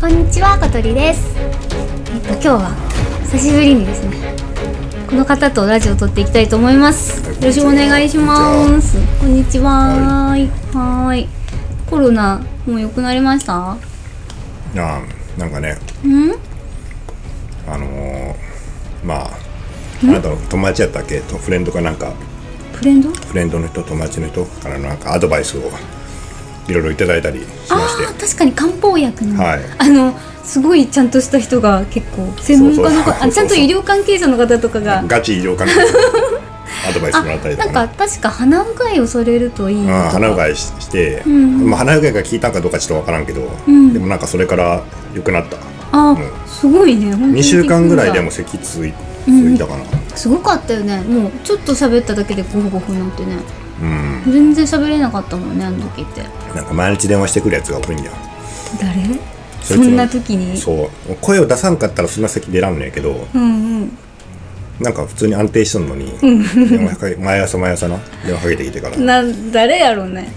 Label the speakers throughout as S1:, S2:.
S1: こんにちは、小鳥です。えっと今日は久しぶりにですね、この方とラジオを撮っていきたいと思います。
S2: はい
S1: よろしくお願いします。こんにちは。はい、はーい。コロナもう良くなりました？ん？
S2: あーなんかねあのー、まああなたの友達やったっけとフレンドかなんか
S1: フレンド？
S2: フレンドの人友達の人からのなんかアドバイスをいろいろいただいたりし
S1: あ
S2: まして
S1: あー、確かに漢方薬の、
S2: はい
S1: あのすごいちゃんとした人が結構専門家の
S2: そうそう
S1: 方、あちゃんと医療関係者の方とかが。
S2: ガチ医療関係の アドバイス
S1: あ、
S2: もらったり
S1: な
S2: と
S1: ん
S2: か
S1: か
S2: ね
S1: 確か鼻うがいをされるといいと
S2: うん
S1: か。
S2: 鼻うがいしして、
S1: ん
S2: まあ、鼻うがいが効いたんかどうかちょっとわからんけど、
S1: ん
S2: でもなんかそれから良くなった
S1: あ、
S2: うん
S1: すごいね。本当に
S2: 2週間ぐらいでも咳ついついたかな
S1: すごかったよねもうちょっと喋っただけでゴフゴフなってね
S2: うん、
S1: 全然喋れなかったもんねあの時って
S2: なんか毎日電話してくるやつが多いんだよ
S1: 誰そ
S2: そいつの
S1: んな時に
S2: そう声を出さんかったらそんな咳出らんねんけど、
S1: うんうん
S2: なんか普通に安定しとんのに、電話かけ毎朝毎朝な電話かけてきてからなんか
S1: な誰やろうね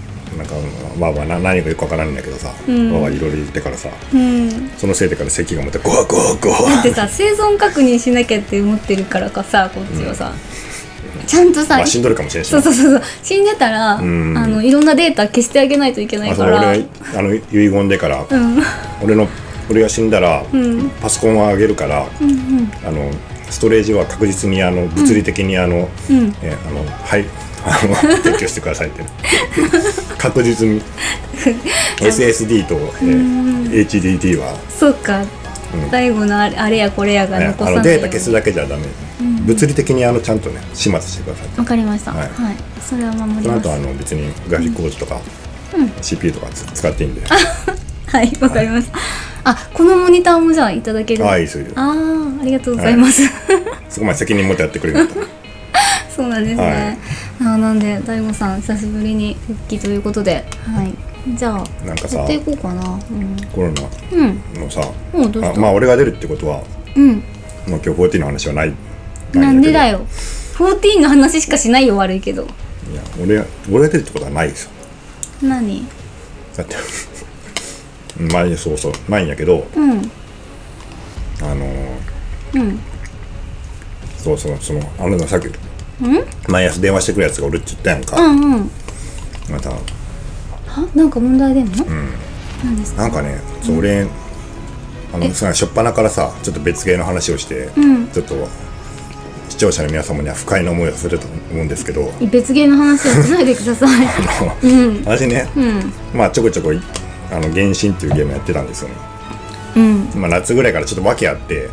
S2: まあまあな何がよくわからんんだけどさ、
S1: ん
S2: わわいろいろ言ってからさ
S1: うんだ
S2: そのせいでから咳がまたゴワゴワゴワ
S1: ってさ生存確認しなきゃって思ってるからかさこっちはさ、ちゃんとさ、
S2: まあしんどるかもしれんし
S1: そ
S2: な
S1: うそうそうそう死んでたら、
S2: ん
S1: あのいろんなデータ消してあげないといけない
S2: あそ
S1: か
S2: う
S1: ら
S2: 俺あの遺言でから、
S1: うん
S2: 俺の俺が死んだら、パソコンはあげるから、あのストレージは確実にあの物理的にあの、
S1: うん
S2: えあのはいあの 撤去してくださいって確実 に SSD と、えー HDD は
S1: そっか大悟のあれあれやこれやが
S2: ね
S1: 残
S2: あ
S1: さ
S2: の
S1: ないよ
S2: データ
S1: うに
S2: 消すだけじゃダメ、物理的にあのちゃんとね始末してください
S1: わかりました
S2: は
S1: はいい、それは守り
S2: その
S1: ます
S2: 後あの別にグラフィックボードとか、CPU とかつ使っていいんで、
S1: はい、わかりました。あ、このモニターもじゃあいただける。
S2: ああいいですよいいですよ
S1: あーありがとうございます。
S2: そこまで責任持ってやってくれるんだったら
S1: そうなんですね。あーなんで、大悟さん久しぶりに復帰ということで、はい。じゃあ、
S2: なんか
S1: や
S2: さ
S1: っていこうかな。うん。
S2: コロ
S1: うん。
S2: ナのさ
S1: もうどうし
S2: あ
S1: た。
S2: まあ俺が出るってことは
S1: うん。
S2: もう今日40の話はない
S1: なんでだ
S2: よ
S1: よ。14の話しかしないよ悪いけど。
S2: いや俺が俺が出るってことはないですよ
S1: 何？
S2: だって うんまあそうそうないんやけど
S1: うん。
S2: あのー
S1: うん。
S2: そうそうそのあのさっき毎朝電話してくるやつがおるって言ったやん
S1: う
S2: か、
S1: んうん。
S2: また
S1: は？なんか問題でも？うん。なんですか？
S2: なんかね、そう俺、あの、さ、初っ端からさ、ちょっと別芸の話をして、
S1: ん
S2: ちょっと、視聴者の皆様には不快な思いをさせると思うんですけど、
S1: 別ゲーの話はしないでくださ い。
S2: あの私ね、まあちょこちょこ、いあの、原神っていうゲームやってたんですよね。
S1: うん。
S2: まあ夏ぐらいからちょっと訳あって、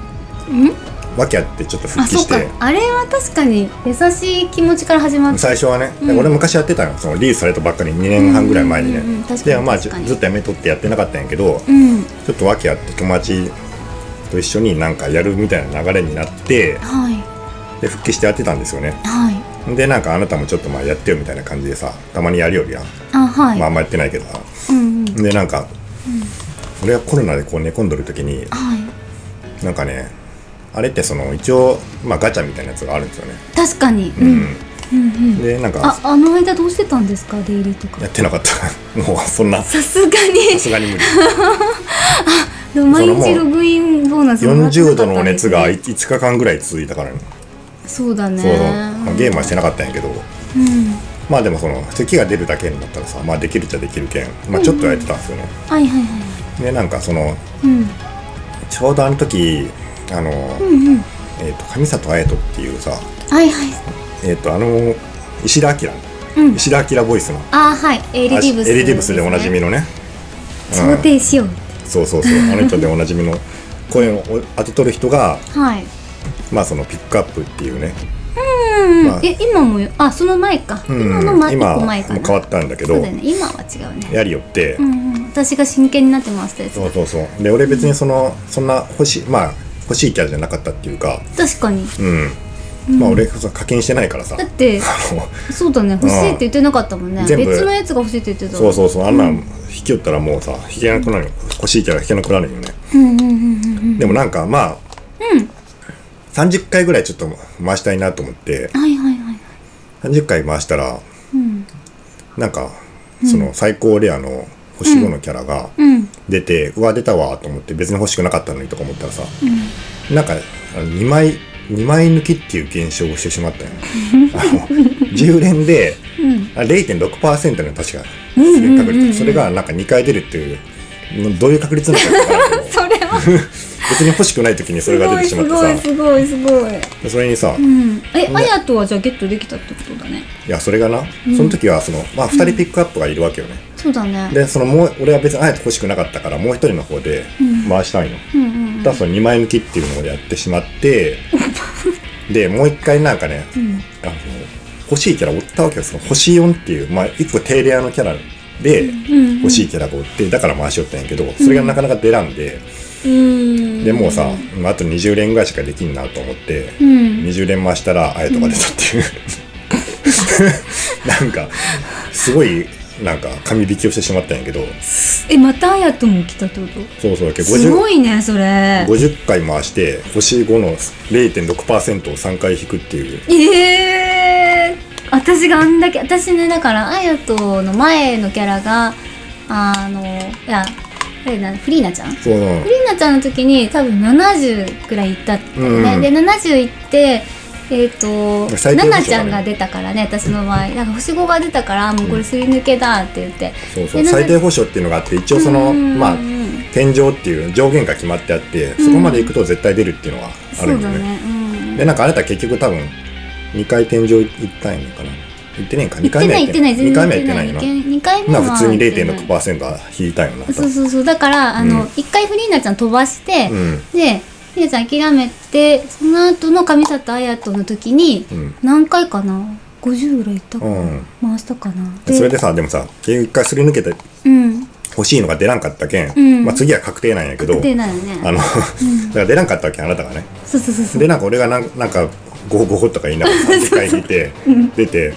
S2: 訳あってちょっと復
S1: あ、
S2: 帰
S1: そう
S2: し
S1: か
S2: て、。
S1: あれは確かに優しい気持ちから始まった。
S2: 最初はね、俺昔やってたのそのリリースされたばっかり2年半ぐらい前にね、
S1: うんうんうん確かに
S2: でまあず
S1: 確かに
S2: ずっとやめとってやってなかったんやけど、
S1: うん。
S2: ちょっと訳あって友達と一緒になんかやるみたいな流れになって
S1: は
S2: で復帰してやってたんですよね
S1: い。はい。
S2: でなんかあなたもちょっとまあやってよみたいな感じでさたまにやるよりやん、
S1: あ、はい。
S2: まああんまやってないけどさ
S1: うんうん。
S2: でなんか、俺がコロナでこう寝込んどる時に
S1: はい。
S2: なんかねあれってその一応、まあ、ガチャみたいなやつがあるんですよね、
S1: 確かに。うん。うんうん。
S2: でなん
S1: あ
S2: か、
S1: あの間どうしてたんですか出入りとか
S2: や。ってなかった もう そんなさ
S1: さすがに
S2: す がに無理
S1: でも毎
S2: それ
S1: 日
S2: も
S1: ログインボーナスもらってなか
S2: 40
S1: った
S2: 度
S1: ん
S2: の
S1: です
S2: 熱
S1: ね
S2: が5日間ぐらい続いたからね
S1: そうだね
S2: そう、まあゲームはしてなかったんやけど、
S1: うん
S2: まあでもその咳が出るだけになったらさまあできるっちゃできるけんまあちょっとはやってたんですよね、
S1: はいはいはいはい
S2: でなんかその
S1: うん
S2: ちょうどあの時あの、
S1: うんうん
S2: えー、と上里綾人っていうさ
S1: はいはい
S2: えっ、とあの石田明、
S1: うん
S2: 石田明ボイスの
S1: あはいエリディブス
S2: あエリディブスでおなじみ
S1: の
S2: のね
S1: 想定しよう
S2: そうそ うそうあの人でおなじみの声を当てとる人が
S1: はい
S2: まあそのピックアップっていうね、
S1: うん
S2: まあ
S1: え今もよあその前か
S2: うん
S1: 今の前一
S2: 今
S1: 個
S2: もう
S1: 前かな
S2: 変わったんだけ
S1: そ
S2: ど
S1: うだよね今は違うね
S2: やりよって、
S1: うんうん、私が真剣になってましたやつ
S2: そうそうそうで俺別にそのそんな欲しいまあ欲しいキャラじゃなかったっていうか
S1: 確かに
S2: うん、まあ俺その課金してないからさ
S1: だって
S2: あの
S1: そうだね欲しいって言ってなかったもんね
S2: 全部
S1: 別のやつが欲しいって言ってた
S2: そうそうそうあんなん引きよったらもうさ引けなくなる欲しいキャラ引けなくなるよね、
S1: うんうんうんうん
S2: でもなんかまあ、30回ぐらいちょっと回したいなと思って
S1: うんはいはいはい
S2: 30回回したら
S1: うん
S2: なんかその最高レアの星5のキャラが
S1: うん
S2: 出て、うわ出たわと思って別に欲しくなかったのにとか思ったらさ、なんかあの2枚2枚抜きっていう現象をしてしまったよねあの10連で
S1: うん
S2: あ0.6%の確か出現確率、それがなんか2回出るっていうのどういう確率なのか分からんけど
S1: それは
S2: 別に欲しくない時にそれ
S1: す
S2: が
S1: ご
S2: 出
S1: い
S2: てしますっ
S1: ごい
S2: てさ
S1: すごいすごい
S2: でそれにさ、
S1: う
S2: い
S1: んえ
S2: ね
S1: あやとはじゃあゲットできたってことだね
S2: やそれがな、その時はその、まあ、2人ピックアップがいるわけよね、
S1: そうだね
S2: でそのもう俺は別にあえて欲しくなかったからもう一人の方で回したいの、
S1: うんうん
S2: だからその2枚抜きっていうのをやってしまって でもう一回なんかね、
S1: ん
S2: あの欲しいキャラ追ったわけですよ星4っていう、まあ、一個低レアのキャラで
S1: うん
S2: 欲しいキャラが追ってだから回しよったんやけどそれがなかなか出らんで、
S1: うん
S2: でもうさ、まあ、あと20連ぐらいしかできんなと思って、
S1: うん
S2: 20連回したらあやとか出たっていう、 なんかすごいなんか神引きをしてしまったんやけど
S1: えまたあやとも来たってこと
S2: そうそうだけど
S1: す
S2: 50
S1: ごいねそれ
S2: 50回回して星5の0.6%を3回引くっていう
S1: ええー、私があんだけ私ねだからあやとの前のキャラがあのいやあれなフリーナちゃんフ
S2: そううん
S1: リーナちゃんの時に多分70くらいいったって、ね
S2: うん
S1: で70いってえっ、と
S2: 最
S1: ナ
S2: 低でしょ
S1: ナちゃんが出たからね私の場合なんか星5が出たからもうこれすり抜けだって言って、
S2: そうそう
S1: で
S2: 最低保証っていうのがあって一応その
S1: うん
S2: まあ天井っていう上限が決まってあってそこまで行くと絶対出るっていうのはあ
S1: そ
S2: る
S1: うん
S2: だ
S1: だ
S2: よね
S1: ねうん
S2: でなんかあなた結局多分2回天井行ったんやのかな行ってねえんか
S1: 行
S2: 2
S1: って
S2: 回目
S1: な
S2: はい
S1: 行ってない全
S2: 2回目
S1: 然
S2: は行ってないよ
S1: 行っ
S2: な
S1: てない2回目
S2: ま
S1: は
S2: あ普通に
S1: 行ってない
S2: 0.6%は引いたよな
S1: そうそうそうだからあ
S2: う
S1: の
S2: ん
S1: 一、回フリーナちゃん飛ばして、
S2: うん
S1: でフリーナちゃん諦めてその後の上里綾人の時に、
S2: うん
S1: 何回かな50ぐらいいったかな、
S2: うん
S1: 回したかな
S2: それでさでもさ結局1回すり抜けて
S1: うん
S2: 欲しいのが出らんかったけん、
S1: うん
S2: まあ次は確定なんやけど
S1: 出ないよね
S2: あの、だから出なかったわけあなたがね。
S1: そうそうそうそう
S2: でなんか俺がなんなんかゴホゴホとか言いながらさ世界にいて出て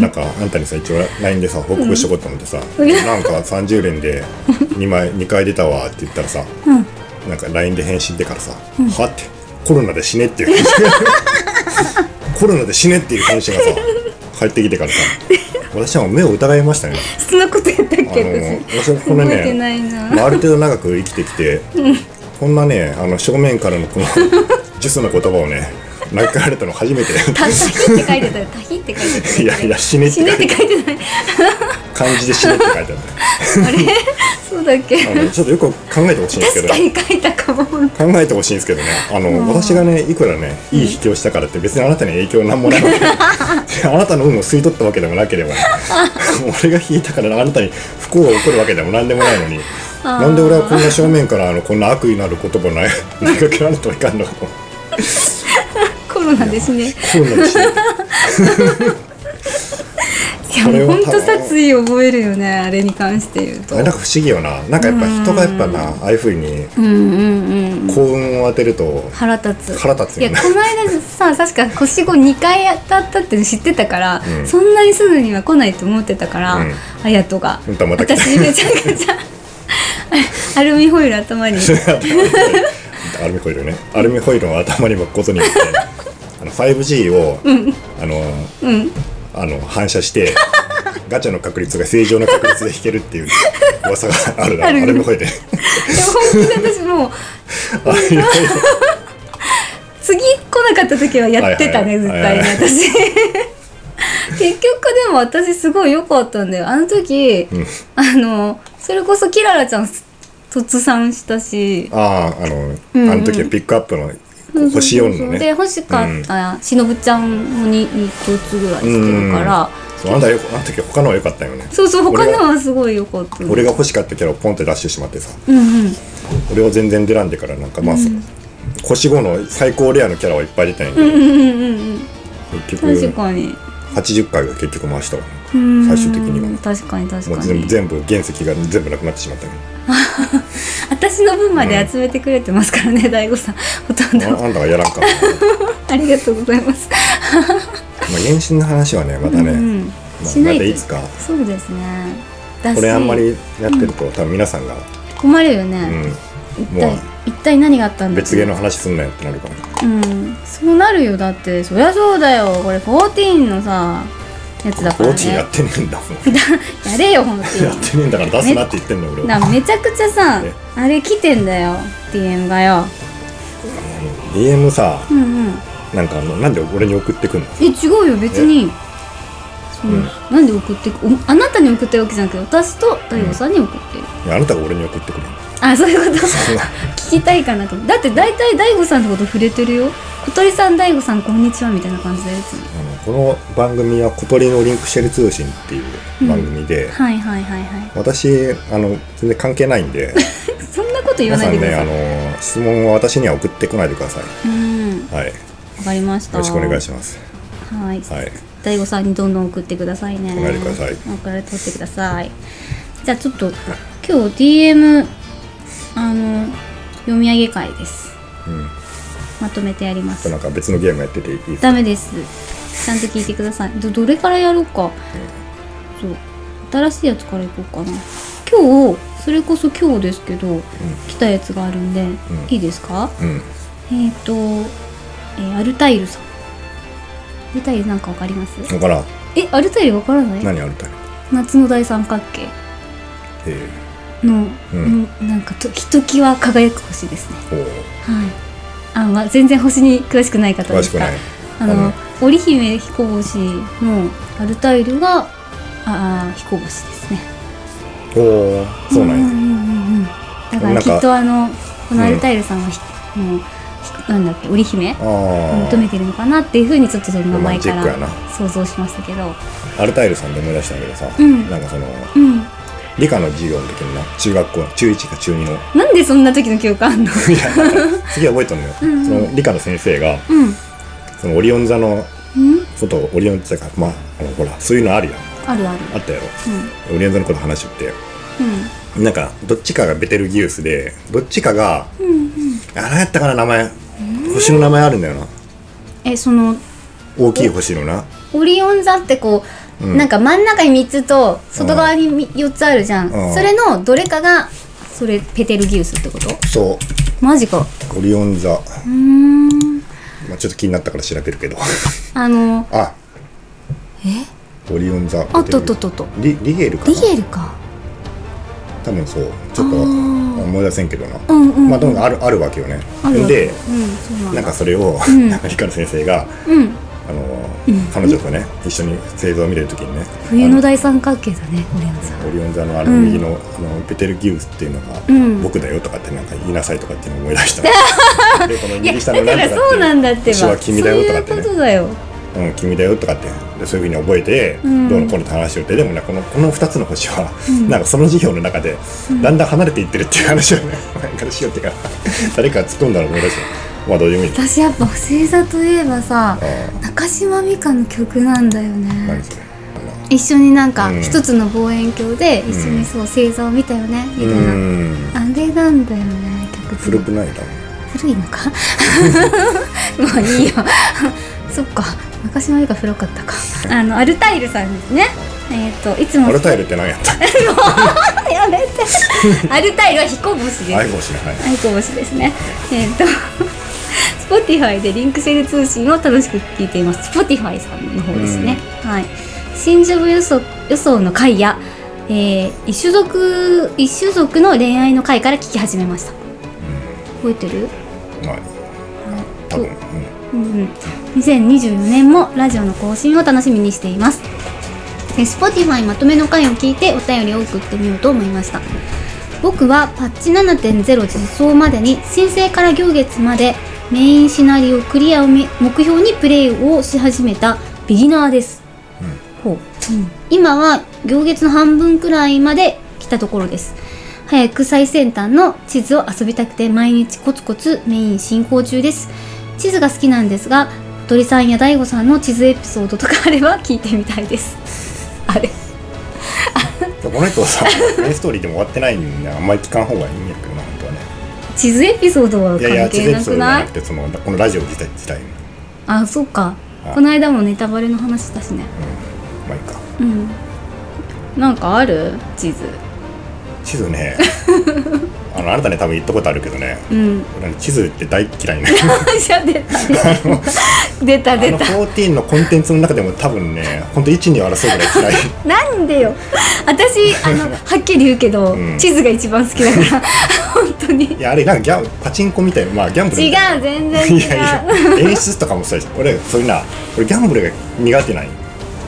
S2: なんかあんたにさ一応 LINE でさ報告しとこうと思ってさ、なんか30連で2枚2回出たわって言ったらさ、なんか LINE で返信でからさ「は?」って「コロナで死ね」っていう返信 コロナで死ねっていう返 信がさ返ってきてからさ私はもう目を疑いましたね。
S1: そんなことやったっけ
S2: あの私はこれ
S1: 覚えて
S2: ね
S1: ないな、
S2: まあ、ある程度長く生きてきて、こんなねあの正面からの このジュスの言葉をね投げられたの初めて
S1: たたひって書いてたよたひって書いてた
S2: いやいや死ねって
S1: 死ね
S2: 書
S1: っ
S2: い
S1: て
S2: て
S1: 書いてない
S2: 漢字で死ねって書いてあっ
S1: そうだっけ
S2: たあのちょっとよく考えてほしいんです
S1: 確
S2: けど
S1: かに書いたかも本
S2: 考えてほしいんですけどねあの、私がねいくらねいい引きをしたからって別にあなたに影響なんもないわ けであなたの運を吸い取ったわけでもなければ、ね、俺が引いたからあなたに不幸が起こるわけでも何でもないのに
S1: あー
S2: なんで俺はこんな正面からあのこんな悪意のある言葉をね投げかけられてはいかんのか と。
S1: 当コロナですね
S2: コロナで死ね
S1: いや
S2: これは
S1: 本
S2: 多
S1: 当
S2: 分
S1: 殺意覚えるよねあれに関して言うと
S2: あれなんか不思議よななんかやっぱ人がやっぱなああいうふうに
S1: うんうんうん
S2: 幸運を当てると
S1: 腹立つ
S2: 腹立つ
S1: いや
S2: よ
S1: こ
S2: ね
S1: の間さ確か腰5 2回当たったって知ってたから、
S2: ん
S1: そんなにすぐには来ないと思ってたから、
S2: うん
S1: あやとが、
S2: うんとまた来た
S1: 私めちゃくちゃアルミホイル頭 に
S2: アルミホイルねアルミホイルを頭に巻くことによって あの 5G を、あの
S1: うん
S2: あの反射してガチャの確率が正常な確率で引けるっ ていう噂があるな
S1: あ
S2: ア
S1: る
S2: ルミ ホイル
S1: でも本当に私もう
S2: アルミホイル
S1: 次来なかった時はやってたね、
S2: はいはいはい
S1: 絶対に私 結局でも私すごい良かったんだよあの時、
S2: ん
S1: あのそれこそキララちゃん突産したし
S2: あああの、
S1: んうん
S2: あの時のピックアップの星
S1: そう
S2: 4
S1: そう
S2: の
S1: そうで
S2: ね
S1: 欲しかった、しのぶちゃんも 2, 2つぐらいしてるから、
S2: そうあんたよあの時他のは良かったよね
S1: そうそう他
S2: 俺が
S1: のはすごい良かった
S2: 俺が欲しかったキャラをポンって出してしまってさ
S1: うんうん
S2: 俺は全然出らんでからなんかまあ、その腰5の最高レアのキャラはいっぱい出たんやけど、
S1: うんうんうんうん
S2: 結
S1: 確
S2: 局
S1: かに、
S2: 80回は結局回したわ
S1: うん
S2: 最終的にはも
S1: 確かに確
S2: う
S1: か
S2: 全部
S1: に
S2: 全部原石が全部なくなってしまった
S1: 私の分まで集めてくれてますからね大悟さんほとん
S2: けど
S1: ど
S2: ああんたがやらんかった
S1: ありがとうございます
S2: まあ原神の話はねまたね、
S1: うん
S2: まあ、
S1: し
S2: また
S1: ないと
S2: いつか
S1: そうですねだし
S2: これあんまりやってると、多分皆さんが、
S1: 困るよ
S2: う
S1: ね、
S2: ん、
S1: 一体
S2: も
S1: 一体何があったんだ
S2: 別ゲーの話すんなよってなるから
S1: うんそうなるよだってそりゃそうだよこれ14のさやつだか
S2: コ
S1: ら
S2: ーチ
S1: ね
S2: やってねえんだもん
S1: やれよ本当
S2: や
S1: に
S2: ってねえんだから出すなって言ってんの俺は
S1: なめちゃくちゃさ
S2: え
S1: あれ来てんだよ DM がよ
S2: DM さ
S1: うんうん
S2: なんかあのなんで俺に送ってくんの
S1: え違うよ別にそう、なんで送ってくおあなたに送ってるわけじゃなくて私と太陽さんに送ってる、
S2: いやあなたが俺に送ってくれ
S1: あそういうこと 聞きたいかなと思ってだって大体大悟さんのこと触れてるよ小鳥さん大悟さんこんにちはみたいな感じでいつも
S2: あのこの番組は「小鳥のリンクシェル通信」っていう番組で、
S1: はいはいはいは
S2: 私あの全然関係ないんで
S1: いそんなこと 言わ
S2: 皆
S1: な
S2: さ
S1: いで
S2: ん
S1: くだ
S2: ね
S1: さ
S2: あ
S1: い、
S2: の質問は私には送ってこないでください
S1: うんわ
S2: はいよ
S1: かりました
S2: ろしくお願い
S1: ま
S2: します
S1: すはい
S2: はい
S1: 大悟さんにどんどん送ってくださいね
S2: 送ってください
S1: 送られてってくださいじゃあちょっと今日 DM あの読み上げ会です
S2: うん
S1: まとめてやりま
S2: あと
S1: す
S2: なんか別のゲームやってていいですか
S1: ダメですちゃんと聞いてくださいどどれからやろうかそう新しいやつからいこうかな今日それこそ今日ですけど、来たやつがあるんで、いいですか
S2: うん
S1: えっ、と、えーアルタイルさんアルタイルなんかわかります
S2: 分からん
S1: えアルタイルわからない
S2: 何あるた
S1: 夏の大三角形
S2: ええ
S1: の、
S2: うん
S1: のなんかとひときわ輝く星ですね
S2: おう
S1: はいあ、まあ、全然星に詳しくない方
S2: 詳
S1: で
S2: し
S1: す
S2: く
S1: か
S2: ない
S1: あの、
S2: うん
S1: 織姫彦星のアルタイルがああ彦星ですね
S2: おおそうなんや、
S1: うんうんうんうんだからきっとあのこのアルタイルさんはひ、もうひなんだっけ織姫
S2: あ
S1: 求めてるのかなっていうふうにちょっとその名前か
S2: ロマンチックや
S1: ら
S2: な
S1: 想像しましたけど
S2: あアルタイルさんで思い出したんだけどさ、
S1: うん
S2: なんかその
S1: うん
S2: 理科の授業の時にな中学校中1か中2の
S1: なんでそんな時の記憶あんの
S2: いや 次覚えたのよ、
S1: んうん
S2: その理科の先生が
S1: うん
S2: そのオリオン座の
S1: うん
S2: ことをオリオン座かまああのほらそういうのあるやん
S1: あるある
S2: あったやろ
S1: うん
S2: オリオン座のこと話しって
S1: うん
S2: なんかどっちかがベテルギウスでどっちかが
S1: うんうん
S2: あ何やったかな名前星の名前あるんだよな
S1: えその
S2: 大きい星のな
S1: オリオン座ってこう、
S2: うん
S1: なんか真ん中に3つと外側にみ4つあるじゃん、
S2: うん
S1: それのどれかがそれペテルギウスってこと
S2: そ
S1: マジか
S2: うオリオン座、
S1: うーん
S2: まあ、ちょっと気になったから調べるけど
S1: あの
S2: あ
S1: え
S2: オリオン座
S1: あっとっとっとっと
S2: リリゲルかな
S1: リゲルか
S2: 多分そうちょっと
S1: あー
S2: 思い出せんけどな、
S1: うんうんうん
S2: まあとにかくあるあるわけよね
S1: あるある
S2: で
S1: うんそうなんだ
S2: なんかそれを、
S1: ん
S2: なんか理科の先生が
S1: うん
S2: あの、彼女とね一緒に星座を見てる時にね
S1: 冬の大三角形だねオリオン座
S2: あのオリオン座のあの右の,、あのペテルギウスっていうのが、
S1: うん
S2: 僕だよとかってなんか言いなさいとかっていうのを思い出した のでこ
S1: い
S2: の
S1: や
S2: 右下の
S1: だか
S2: なん
S1: ら
S2: と
S1: そうなんだってば
S2: 星は君だよとかって
S1: そういう
S2: ね
S1: ことだよ
S2: うん、君だよとかってでそういうふうに覚えて、
S1: ん
S2: どうのこうのって話をしてでもねこのこの2つの星は、なんかその授業の中で、だんだん離れていってるっていう話をね なんかしようっていうか誰か突っ込んだの思い出したまあどうでもいいんだ
S1: 私やっぱ星座といえばさ
S2: あー
S1: 中島美嘉の曲なんだよ
S2: 何
S1: ね
S2: それ
S1: 一緒になんか
S2: うん
S1: 一つの望遠鏡で一緒にそう星座を見たよねみ
S2: う
S1: たいな
S2: ーん
S1: あれなんだよね曲
S2: 古くないだろ
S1: 古いの かまあいいよそっか中島美嘉古かったかあのアルタイルさんですねえっ、といつも
S2: アルタイルって何やった
S1: やめて アルタイルは彦星です
S2: アイコンしなはい
S1: アイコボシですね。えっ、と、Spotify でリンクシェル通信を楽しく聞いています。Spotify さんの方ですね。はい。新ジョブ予想予想の会や、えー一種族、一種族の恋愛の会から聞き始めました。覚えてる
S2: まあ多分、うん、
S1: うんうん。2024年もラジオの更新を楽しみにしています。え Spotify まとめの回を聞いてお便りを送ってみようと思いました。僕はパッチ7.0実装までに申請から行月までメインシナリオクリアをめ目標にプレイをし始めたビギナーです。ほう今は行月の半分くらいまで来たところです。早く最先端の地図を遊びたくて毎日コツコツメイン進行中です。地図が好きなんですが、鳥さんや大悟さんの地図エピソードとかあれば聞いてみたいです。 あれ
S2: でこの人 はさメインストーリーでも終わってないんであんまり聞かん方がいいんやけどな本当はね
S1: 地図エピソードはい
S2: やいや
S1: 関
S2: 地
S1: 係
S2: 図エピ
S1: なく
S2: ソードじ
S1: な
S2: ゃ
S1: い
S2: なくてそのこのラジオ自体自体も
S1: あそうか
S2: はい
S1: この間もネタバレの話だしね
S2: まあいいか
S1: うんなんかある地図
S2: 地図 ねあのあなたね多分言ったことあるけどね
S1: うん
S2: 俺ね地図って大嫌いね
S1: じゃあ出た出た
S2: あ
S1: 出
S2: の
S1: た
S2: 14のコンテンツの中でも多分ね本当1に争うぐらい嫌い
S1: なんでよ私あ のはっきり言うけど、
S2: うん
S1: 地図が一番好きだ から本当に違う
S2: いやあれなんかギャンパチンコみたいなまあギャンブルみたいな
S1: 全然違う
S2: いやいや演出とかもそうやし俺そういうな俺ギャンブルが苦手なんよ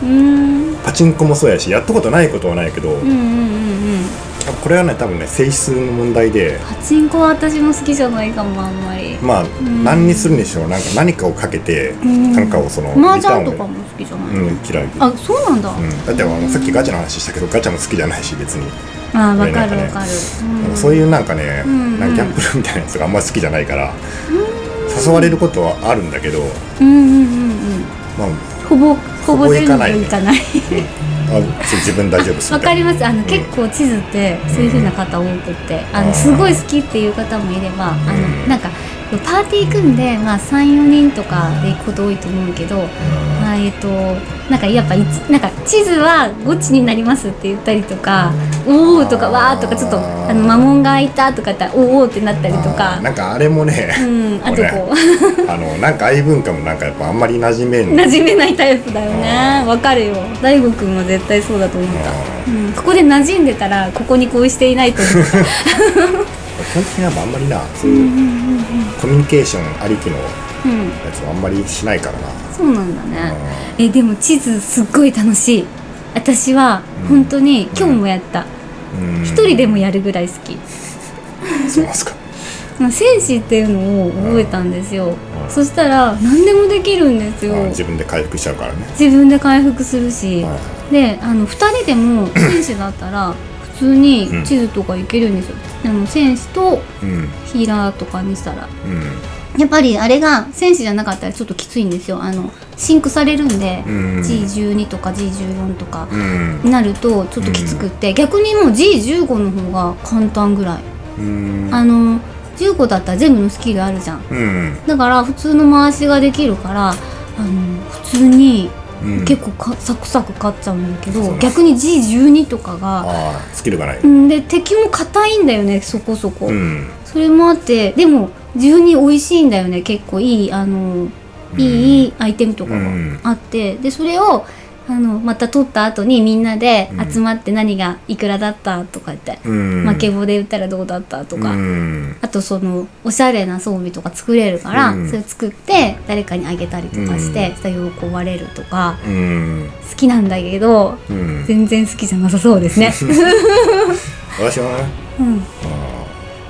S1: うーん
S2: パチンコもそうやしやったことないことはないけど、
S1: うんうんうんうん
S2: これはね多分ね性質の問題で
S1: パチンコは私も好きじゃないかもあんまり
S2: まあ、
S1: ん
S2: 何にするにしろなんか何かをかけて、
S1: ん
S2: なんかをその
S1: 麻雀と
S2: リタ
S1: か
S2: ーンを
S1: も好きじゃない、
S2: うん嫌い、うん、だ
S1: あそうなんだ、
S2: ってあのさっきガチャの話したけどガチャも好きじゃないし別に、
S1: あーわかる
S2: ね
S1: わかる、
S2: なん
S1: う
S2: か
S1: ん、
S2: そういうなんかね、
S1: うん
S2: なんかギャンブルみたいなやつがあんまり好きじゃないから、誘われることはあるんだけど、
S1: うんうんうんうん
S2: まあ、
S1: ほぼほ
S2: ほ
S1: ぼ
S2: ぼ
S1: 全
S2: 行
S1: 部
S2: か
S1: 行
S2: ないね
S1: かない
S2: あそう自分大丈夫です
S1: わ
S2: み
S1: か
S2: たい
S1: り
S2: な
S1: ますあの、
S2: ん
S1: 結構地図ってそういう風な方多くってあ
S2: う
S1: の
S2: ん
S1: すごい好きっていう方もいればあの
S2: うん
S1: なんかパーティー組んで、まあ、34人とかで行くこと多いと思うけど、まあえっとなんかやっぱ一なんか地図はゴチになりますって言ったりとか「おお」とか「わー」とかちょっとあの魔紋が開いたとかって「おお」ってなったりと
S2: あ
S1: か
S2: ーなんかあれもね、
S1: うんあとこ
S2: うあのなんか愛文化もなんかやっぱあんまり馴染め ん
S1: 馴染めないタイプだよねわかるよ大悟くんは絶対そうだと思った、うん、ここで馴染んでたらここに恋していないと思った
S2: 基本的にはあんまりなそういうコミュニケーションありきのや
S1: うん
S2: つはあんまりしないからな、
S1: そうなんだねえでも地図すっごい楽しい私は
S2: うん
S1: 本当に今日もやった
S2: うん
S1: 一、人でもやるぐらい好き
S2: そうなんすか
S1: まあ戦士っていうのを覚えたんですよ、
S2: うん
S1: そしたら何でもできるんですよ、
S2: うん自分で回復しちゃうからね
S1: 自分で回復するし、
S2: は
S1: であの2人で も戦士だったら普通に地図とかいけるんですよ、あの戦士と
S2: うん
S1: ヒーラーとかにしたら
S2: うん
S1: やっぱりあれが戦士じゃなかったらちょっときついんですよあのシンクされるんで、
S2: うん
S1: G12 とか G14 とか
S2: うん
S1: になるとちょっときつくって、逆にもう G15 の方が簡単ぐらい、
S2: うん
S1: あの15だったら全部のスキルあるじゃん
S2: うん
S1: だから普通の回しができるからあの普通に
S2: うん
S1: 結構か、サクサク勝っちゃうんだけ
S2: そう
S1: ど
S2: なんだ
S1: 逆に G12 とかが
S2: ああスキルがない
S1: うんで敵も硬いんだよねそこそこ、
S2: うん
S1: それもあってでも12美味しいんだよね結構いいあのいいアイテムとかが
S2: うん
S1: あって、でそれをあのまた取った後にみんなで
S2: うん
S1: 集まって何がいくらだったとか言って、
S2: うん
S1: 負け棒で打ったらどうだったとか、
S2: うん
S1: あとそのおしゃれな装備とか作れるから、
S2: うん
S1: それ作って誰かにあげたりとかして、
S2: うん
S1: それを喜ばれるとか
S2: うん
S1: 好きなんだけど
S2: うん
S1: 全然好きじゃなさそう ですね、
S2: 私はね
S1: うん
S2: あ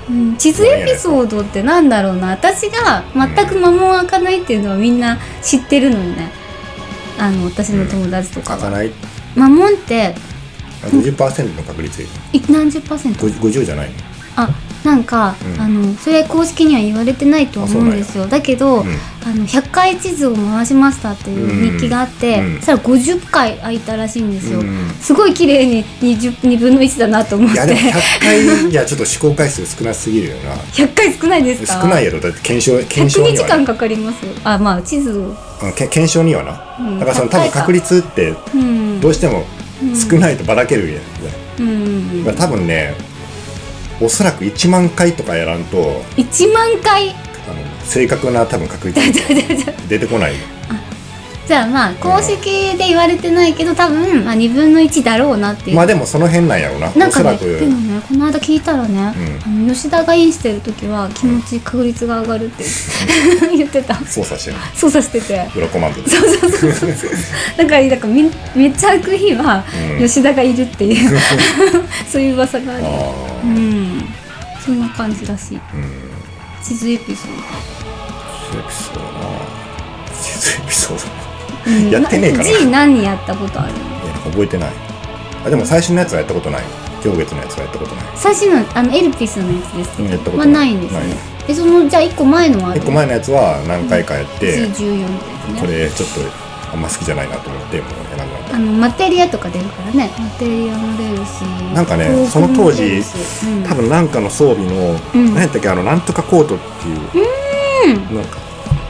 S1: うん、地図エピソードってなんだろうな私が全く間も開かないっていうのはみんな知ってるのよねあの私の友達と
S2: ー
S1: か
S2: 書
S1: が
S2: かない
S1: マモンって
S2: あ50%の確率
S1: い何十パーセント
S2: 50 50じゃないの
S1: あなんか、
S2: うん
S1: あのそれ公式には言われてないとは思うんですよだけど、
S2: うん
S1: あの100回地図を回しましたっていう日記があって、
S2: うん
S1: そしたら50回空いたらしいんですよ、
S2: うん
S1: すごい綺麗に 20, 2分の1だなと思っ
S2: い
S1: て
S2: やでも100
S1: 100,
S2: 回じゃちょっと試行回数少なすぎるよな
S1: 回少ないですか
S2: 少ないやろだって検証検証
S1: 102
S2: に
S1: 時
S2: はな
S1: 間かかりますあまあ地図を
S2: うんけ検証にはな、
S1: うん
S2: だからその多分確率って
S1: うん
S2: どうしても少ないとばらけるやん、
S1: うん
S2: だから多分ねおそらく1万回とかやらんと
S1: 1万回
S2: あの正確な多分確 率出てこない
S1: じゃあまあ公式で言われてないけど多分、まあ、2分の1だろうなっていう、
S2: まあでもその辺なんやろうな
S1: なん
S2: おそ
S1: からね
S2: く
S1: でもねこの間聞いたらね、
S2: う
S1: あの吉田がインしてる時は気持ち確率が上がるって 言ってた
S2: 操作してる
S1: 操作してて
S2: ブロコマンドで
S1: だからなんかめめっちゃ開く日は
S2: うん
S1: 吉田がいるっていう そういう噂がある
S2: あ
S1: う
S2: あ
S1: んそんな感じらしい
S2: うん
S1: 地図エピソード
S2: エピソードな説エピソー
S1: うん
S2: やってねえから
S1: G 何やったことあるの
S2: ドいやなんか覚えてないあでも最新のやつはやったことない行月のやつはやったことない
S1: 最新のあのエルピスのやつですけ
S2: うんやった
S1: ど、
S2: こ
S1: ま
S2: と
S1: あ、ないんですね
S2: ない
S1: えそのじゃあ一個前のはある
S2: 一個前のやつは何回かやっ
S1: G14
S2: て、
S1: みたいな
S2: こ
S1: ね
S2: れちょっとあんま好きじゃないなと思ってもう選んだん
S1: あ
S2: だ
S1: のマテリアとか出るからねマテリアも出るし
S2: なんかね
S1: トークも
S2: その当時
S1: 出るしうん
S2: 多分なんかの装備の、
S1: うん
S2: 何やったっけあのなんとかコートっていう、なんか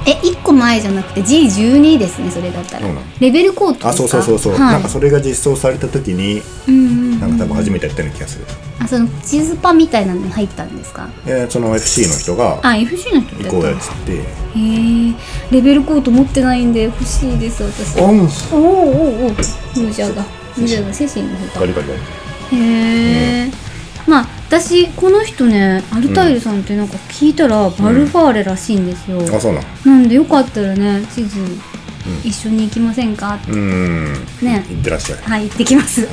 S1: え1個前じゃなくて G12 ですねそれだったら、
S2: そうなの
S1: レベルコートですか
S2: あそうそうそうそう、
S1: はい、
S2: なんかそれが実装された時に
S1: うんうんうん
S2: なんか多分初めてやったような気がする、
S1: あそのチーズパンみたいなのに入ったんですか
S2: えーその FC の人が
S1: あ FC の人だ
S2: 行
S1: った
S2: こ
S1: ん
S2: うやっ
S1: だ
S2: つって
S1: へえレベルコート持ってないんで欲しいです私
S2: オン
S1: おおおお無邪が無邪が精神の方
S2: バ
S1: か
S2: リバリバ
S1: へ
S2: リ
S1: えまあ私この人ねアルタイルさんってなんか聞いたらバルファーレらしいんですよ、
S2: あそうなん
S1: なんでよかったらね地図一緒に行きませんか、
S2: うーん
S1: ね
S2: いってらっしゃい
S1: はい行ってきます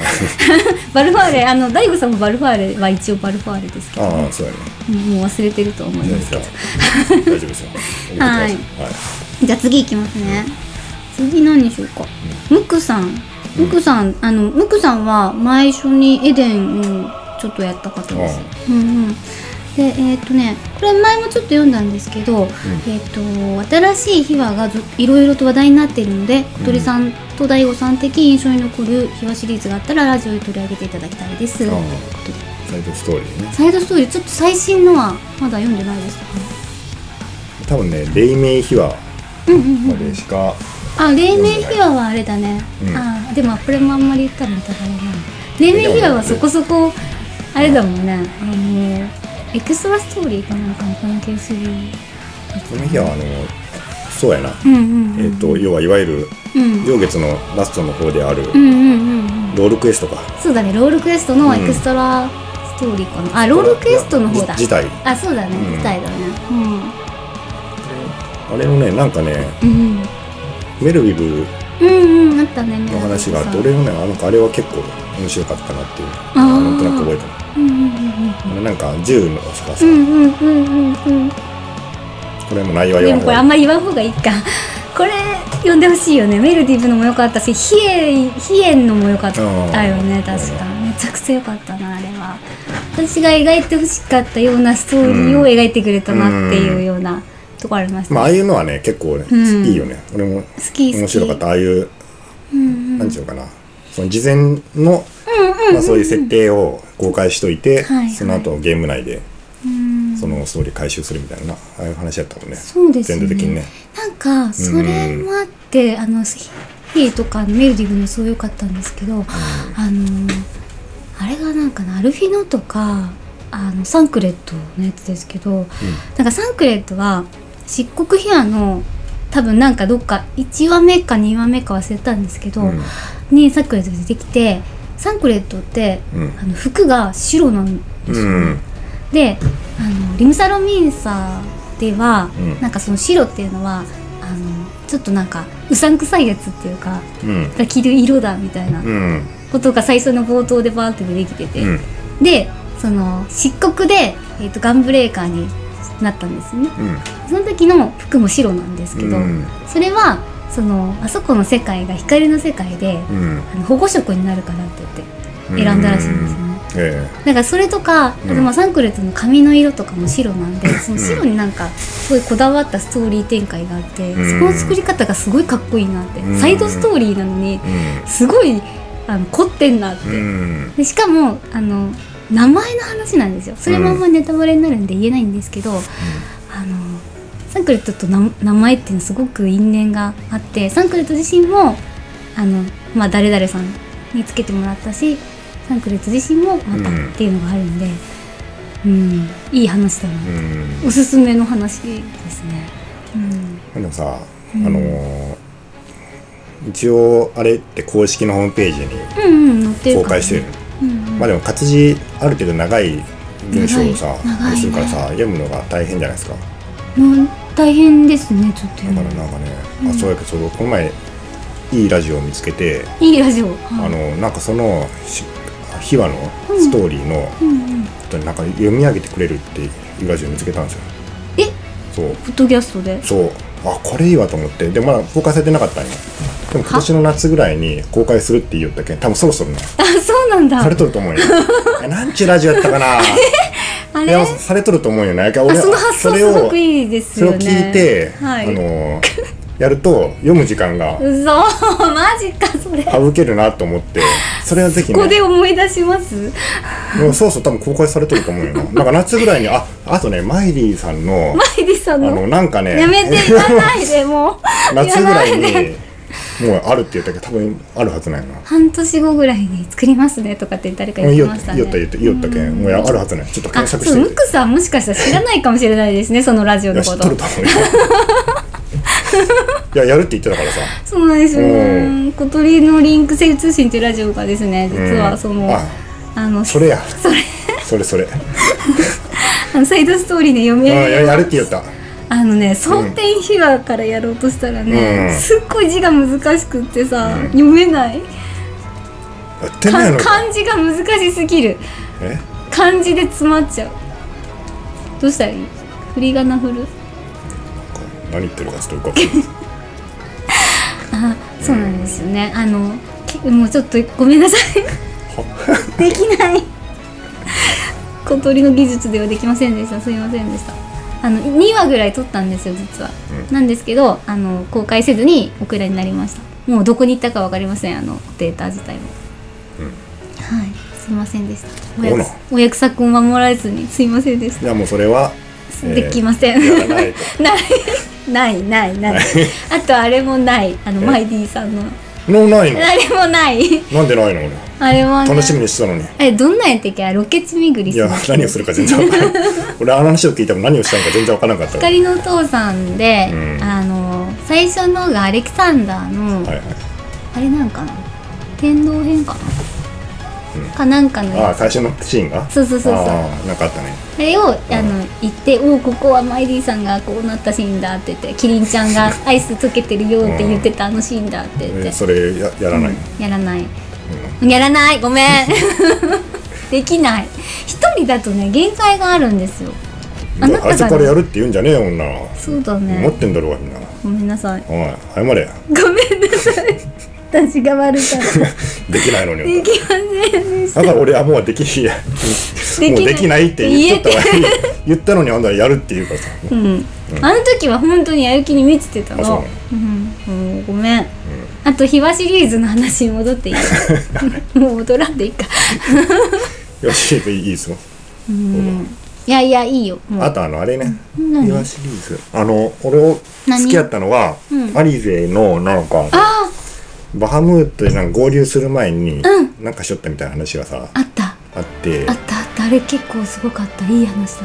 S1: バルファーレあの大悟さんもバルファーレは一応バルファーレですけど
S2: ああそうやね
S1: もう忘れてると思い
S2: じ
S1: ま
S2: ゃあ
S1: す
S2: じゃあ大丈夫 ですよ覚えてます
S1: はいじゃあ次行きますね。次何にしようか。ムクさん。ムクさん、あの、ムクさんは前一緒にエデンをちょっとやった方です。うんうん。で、えっ、とね、これ前もちょっと読んだんですけど、えっ、と、新しい秘話がずいろいろと話題になっているので、小鳥さんと大悟さん的印象に残る秘話シリーズがあったらラジオで取り上げていただきたいです。という
S2: ああ
S1: ことで
S2: サイドストーリーね
S1: サイドストーリー、ちょっと最新のはまだ読んでないですか、
S2: 多分ね黎明秘話
S1: うんうんうん。
S2: までしか
S1: あ、黎明秘話はあれだね。
S2: うん
S1: あ、でもこれもあんまり言ったらネタバレになる。黎明秘話はそこそこあれだもんね。あのエクストラストーリーかなんかの関係する。
S2: 黎明秘話はあのそうやな
S1: うんうんうん。
S2: えっと要はいわゆる
S1: うん。
S2: 上月のラストの方である
S1: うんうんうんうん。
S2: ロールクエストか
S1: そうだね。ロールクエストのエクストラストーリーかな。あ、ロールクエストの方だ。
S2: 自体
S1: あ、そうだね。
S2: うん
S1: 自体だね。
S2: あれのねなんかね
S1: うん。うん。
S2: メルビブ
S1: うんうん。あったね。
S2: の話があって
S1: メラ
S2: 俺もねなんかあれは結構面白かったなっていう
S1: ー
S2: なんとなく覚えて
S1: クさんうんうんうん
S2: るなんか銃の
S1: う
S2: さ
S1: ん。うんうんうんうんうん。
S2: これも内容は
S1: で
S2: 読
S1: も
S2: ん
S1: これあんまり言わん方がいいかこれ読んでほしいよねメルディブのも良かったしヒエヒエンのも良かったよね
S2: うん
S1: 確かめちゃくちゃ良かったなあれは私が描いてほしかったようなストーリーを描いてくれたなっていうようなとこありました、
S2: まああ
S1: ね
S2: あいうのはね結構ね
S1: うん
S2: いいよね俺も
S1: 好き好き
S2: 面白かったああいう
S1: うん
S2: なんていうのかなその事前のまあそういう設定を公開しといて
S1: はいはい
S2: その後ゲーム内で
S1: うん
S2: そのストーリー回収するみたいなああいう話やったもんね
S1: そうですよ
S2: 全体的にね
S1: なんかそれもあって、あのヒヒエとかメルディブのそう良かったんですけど、あのあれがなんかなアルフィノとかあのサンクレットのやつですけど、なんかサンクレットは漆黒ヒアの多分なんかどっか1話目か2話目か忘れたんですけど、
S2: うん
S1: にサンクレット出てきてサンクレットって、
S2: うん
S1: あの服が白なんですよね。
S2: うん
S1: であのリムサロミンサでは、
S2: うん
S1: なんかその白っていうのはあのちょっとなんかうさんくさいやつっていうか
S2: うん
S1: が着る色だみたいな
S2: うん
S1: ことが最初の冒頭でバーって出てきてて、
S2: うん
S1: でその漆黒で、えー、とガンブレーカーになったんですよね
S2: うん
S1: その時の服も白なんですけど、
S2: うん
S1: それはそのあそこの世界が光の世界で、
S2: うん
S1: あの保護色になるからって言って選んだらしいんですよね。
S2: え
S1: なんかそれとか、
S2: うん
S1: あとまあサンクレットの髪の色とかも白なん で、その白になんかすごいこだわったストーリー展開があって、
S2: うん
S1: そこの作り方がすごいかっこいいなって、
S2: うん
S1: サイドストーリーなのに
S2: えうん
S1: すごいあの凝ってんなって、
S2: うん
S1: でしかもあの名前の話なんですよそれもあんまネタバレになるんで言えないんですけど、あのサンクレットとな名前っていうのすごく因縁があってサンクレット自身もあの、まあ、誰々さんにつけてもらったしサンクレット自身もまた
S2: うん
S1: っていうのがあるんで、うんいい話だな、
S2: うん
S1: おすすめの話ですね。うん
S2: でもさ、
S1: うん
S2: あのー一応あれって公式のホームページに
S1: うんうん、載ってる
S2: 公
S1: からね
S2: 開してる、
S1: うんうん
S2: まあでも活字ある程度長い文章をさ
S1: 長い長いね
S2: するからさ読むのが大変じゃないですかだ
S1: もう大変ですね、ちょっと読
S2: か
S1: む
S2: らなんかね、あそうやけどそうこの前いいラジオを見つけて、
S1: いいラジオ。はい
S2: あのなんかそのし秘話のストーリーの、
S1: うんうん、
S2: なんか読み上げてくれるっていうラジオを見つけたんですよ
S1: え
S2: そう
S1: ポッドキャストで
S2: そうあこれいいわと思ってでもまだ公開されてなかったんよでも今年の夏ぐらいに公開するって言ったけん多分そろそろね
S1: あそうなんだ
S2: されとると思 うよえなんちゅうラジオやったかな
S1: あ
S2: い
S1: れ
S2: や
S1: あ
S2: されとると思うよねいや俺
S1: その発想
S2: そ
S1: す
S2: れを
S1: ごくいいです
S2: それ
S1: よ
S2: を
S1: ね
S2: 聞いて、
S1: はい
S2: あのーやると読む時間が
S1: 嘘 マジかそれ
S2: 省けるなと 思ってそれはぜひ
S1: ここ
S2: ね
S1: で思い出します
S2: もうそうそう多分公開されてると思うよななんか夏ぐらいにああとねマイリーさんの
S1: マイディさ
S2: あ
S1: んの
S2: のなんかね
S1: やめて言わないでもう
S2: 夏ぐらい
S1: 言わないで
S2: にもうあるって言ったけど多分あるはずないな
S1: 半年後ぐらいに作りますねとかって誰か言って
S2: 言お
S1: ま
S2: っ
S1: したたね
S2: 言おった言った言おったけんもうやあるはずないちょっと
S1: あ
S2: 検索
S1: そう
S2: し
S1: ム
S2: て
S1: クさんもしかしたら知らないかもしれないです ねそのラジオ
S2: いや
S1: の
S2: 知
S1: こ
S2: っとる
S1: と
S2: と思うよ いややるって言ってたからさ
S1: そうなんですよ
S2: う
S1: 小鳥のリンク性通信っていうラジオがですね実
S2: う
S1: は
S2: ん
S1: その、
S2: あ
S1: あの
S2: それやそれそれそれ
S1: あのサイドストーリーで読
S2: あ
S1: み
S2: ややるって言った
S1: あのね蒼天秘話からやろうとしたらね、
S2: うん
S1: すっごい字が難しくってさ、読めない
S2: やってな
S1: か
S2: いの
S1: 漢字が難しすぎる
S2: え
S1: 漢字で詰まっちゃうどうしたらいい振り仮名振る
S2: 何言ってるかちょっとよくわかんない
S1: あそうなんですよねあのけもうちょっとごめんなさいできない小鳥の技術ではできませんでしたすいませんでしたあの2話ぐらい撮ったんですよ実は、なんですけどあの公開せずにお蔵になりましたもうどこに行ったか分かりませんあのデータ自体も、はいすいませんでしたお
S2: ほ
S1: 約
S2: ら
S1: お約束を守られずにすいませんでした
S2: いやもうそれは
S1: できません、
S2: やらないと
S1: ないないないないあとあれもないあの
S2: え
S1: マイディさんの
S2: のないの
S1: あれもない
S2: なんでないの
S1: あれも
S2: 俺
S1: ね
S2: 楽しみにしてたのに
S1: えどんなんやったっけロケ地巡り
S2: いや何をするか全然わから ん俺あの話を聞いても何をしたのか全然わからなかったから
S1: 光のお父さんで、
S2: うん
S1: あの最初のがアレキサンダーの、
S2: はいはい
S1: あれなんかな天皇編かな、かなんかの
S2: ああ
S1: やつ
S2: 最初のシーンが
S1: そうそうそうそう
S2: ああなんかあったね
S1: あれをあの言って「おおここはマイリーさんがこうなったシーンだ」って言って「キリンちゃんがアイス溶けてるよ」って言ってたあのシーンだって言って、
S2: えそれややらないの
S1: やらない、やらないごめん できない一人だとね限界があるんですよあな
S2: 最
S1: た
S2: 初
S1: が
S2: からや
S1: ね
S2: るって言うんじゃねえよ女は
S1: そうだ
S2: 持
S1: ね
S2: ってんだろうがみんな
S1: ごめんなさい
S2: おい謝れ
S1: ごめんなさい私が悪かった
S2: できないのに
S1: で きませんでし
S2: だから俺はもうできいや
S1: ない
S2: もうできないって言っとったわ 言ったのにあんたやるって言うからさ
S1: たうんあの時は本当にやる気に満ちてた
S2: あそう
S1: の
S2: なの
S1: うん、うん、ごめん、あと「ひわシリーズの話に戻っていいもう戻らんでいいか
S2: よしいいですよ
S1: うんいやいやいいよもう
S2: あとあのあれね
S1: 何
S2: 岩シリーズあの俺を
S1: 何
S2: 付き合ったのは
S1: うん
S2: アリゼのなんか
S1: あ
S2: バハムートになんか合流する前になんかしよったみたいな話がさ
S1: ああった
S2: あってっ
S1: あったあったあれ結構すごかったいい話だった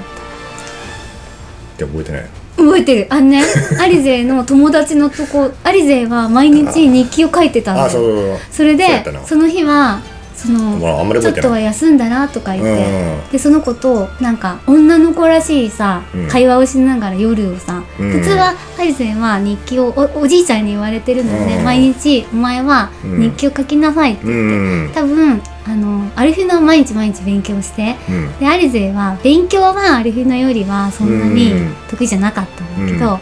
S2: て覚えてない
S1: 覚えてるあのねアリゼの友達のとこアリゼは毎日日記を書いてたんだよ
S2: あそうそうそう
S1: それ
S2: そうやっ
S1: で
S2: たな
S1: その日はその、
S2: まああんまり
S1: ちょっ
S2: 覚えて
S1: と
S2: な
S1: はい休んだらとか言って、
S2: うんうん
S1: でその子となんか女の子らしいさ、
S2: うん
S1: 会話をしながら夜をさ、
S2: うん
S1: 実はアリゼは日記をおおじいちゃんに言われてるのね、
S2: うん
S1: 毎日お前は
S2: うん
S1: 日記を書きなさいって、
S2: うん
S1: 多分あのアルフィーナは毎日毎日勉強して、
S2: うん
S1: でアリゼは勉強はアルフィーナよりはそんなに得意じゃなかったんだけど、あ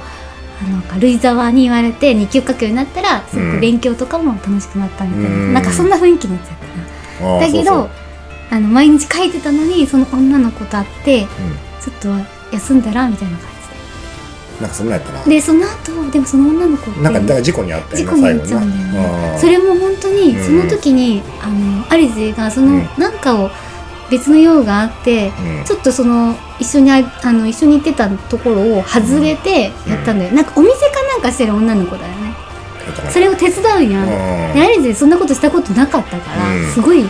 S1: のなんかルイザワに言われて日記を書くようになったらすごく勉強とかも楽しくなったみたいな、
S2: うん
S1: なんかそんな雰囲気になっちゃったな。
S2: ああ
S1: だけど
S2: そう
S1: あの毎日書いてたのにその女の子と会って
S2: そううん
S1: ちょっと休んだらみたいな感
S2: なんかそんなんやったな
S1: じででその後でもその女の子って
S2: なんかだから事故にあった
S1: 事
S2: よ
S1: 故
S2: な
S1: に遭っ
S2: 最後
S1: ちゃうんだよ
S2: にな
S1: ね
S2: あ
S1: それも本当に
S2: うん
S1: その時に、あのアリゼがその
S2: うん
S1: なんかを別の用があって、
S2: うん
S1: ちょっとその一緒にああの一緒に行ってたところを外れてやったんだよ、なんかお店かなんかしてる女の子だよね
S2: やったかな
S1: それを手伝うやん、でア
S2: う
S1: リゼそんなことしたことなかったから、
S2: うん
S1: すごいあの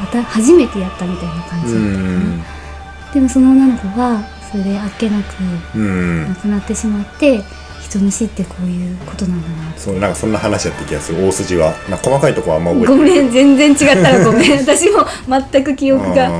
S1: また初めてやったみたいな感じだったかな、
S2: ん
S1: でもその女の子はそれであっけなく
S2: うん
S1: 亡くなってしまって人見知ってこういうことなんだな
S2: そうなんかそんな話やった気がする大筋はなんか細かいとこはあんま覚えて
S1: ご
S2: ない
S1: めん全然違ったらごめん 私も全く記憶が
S2: あ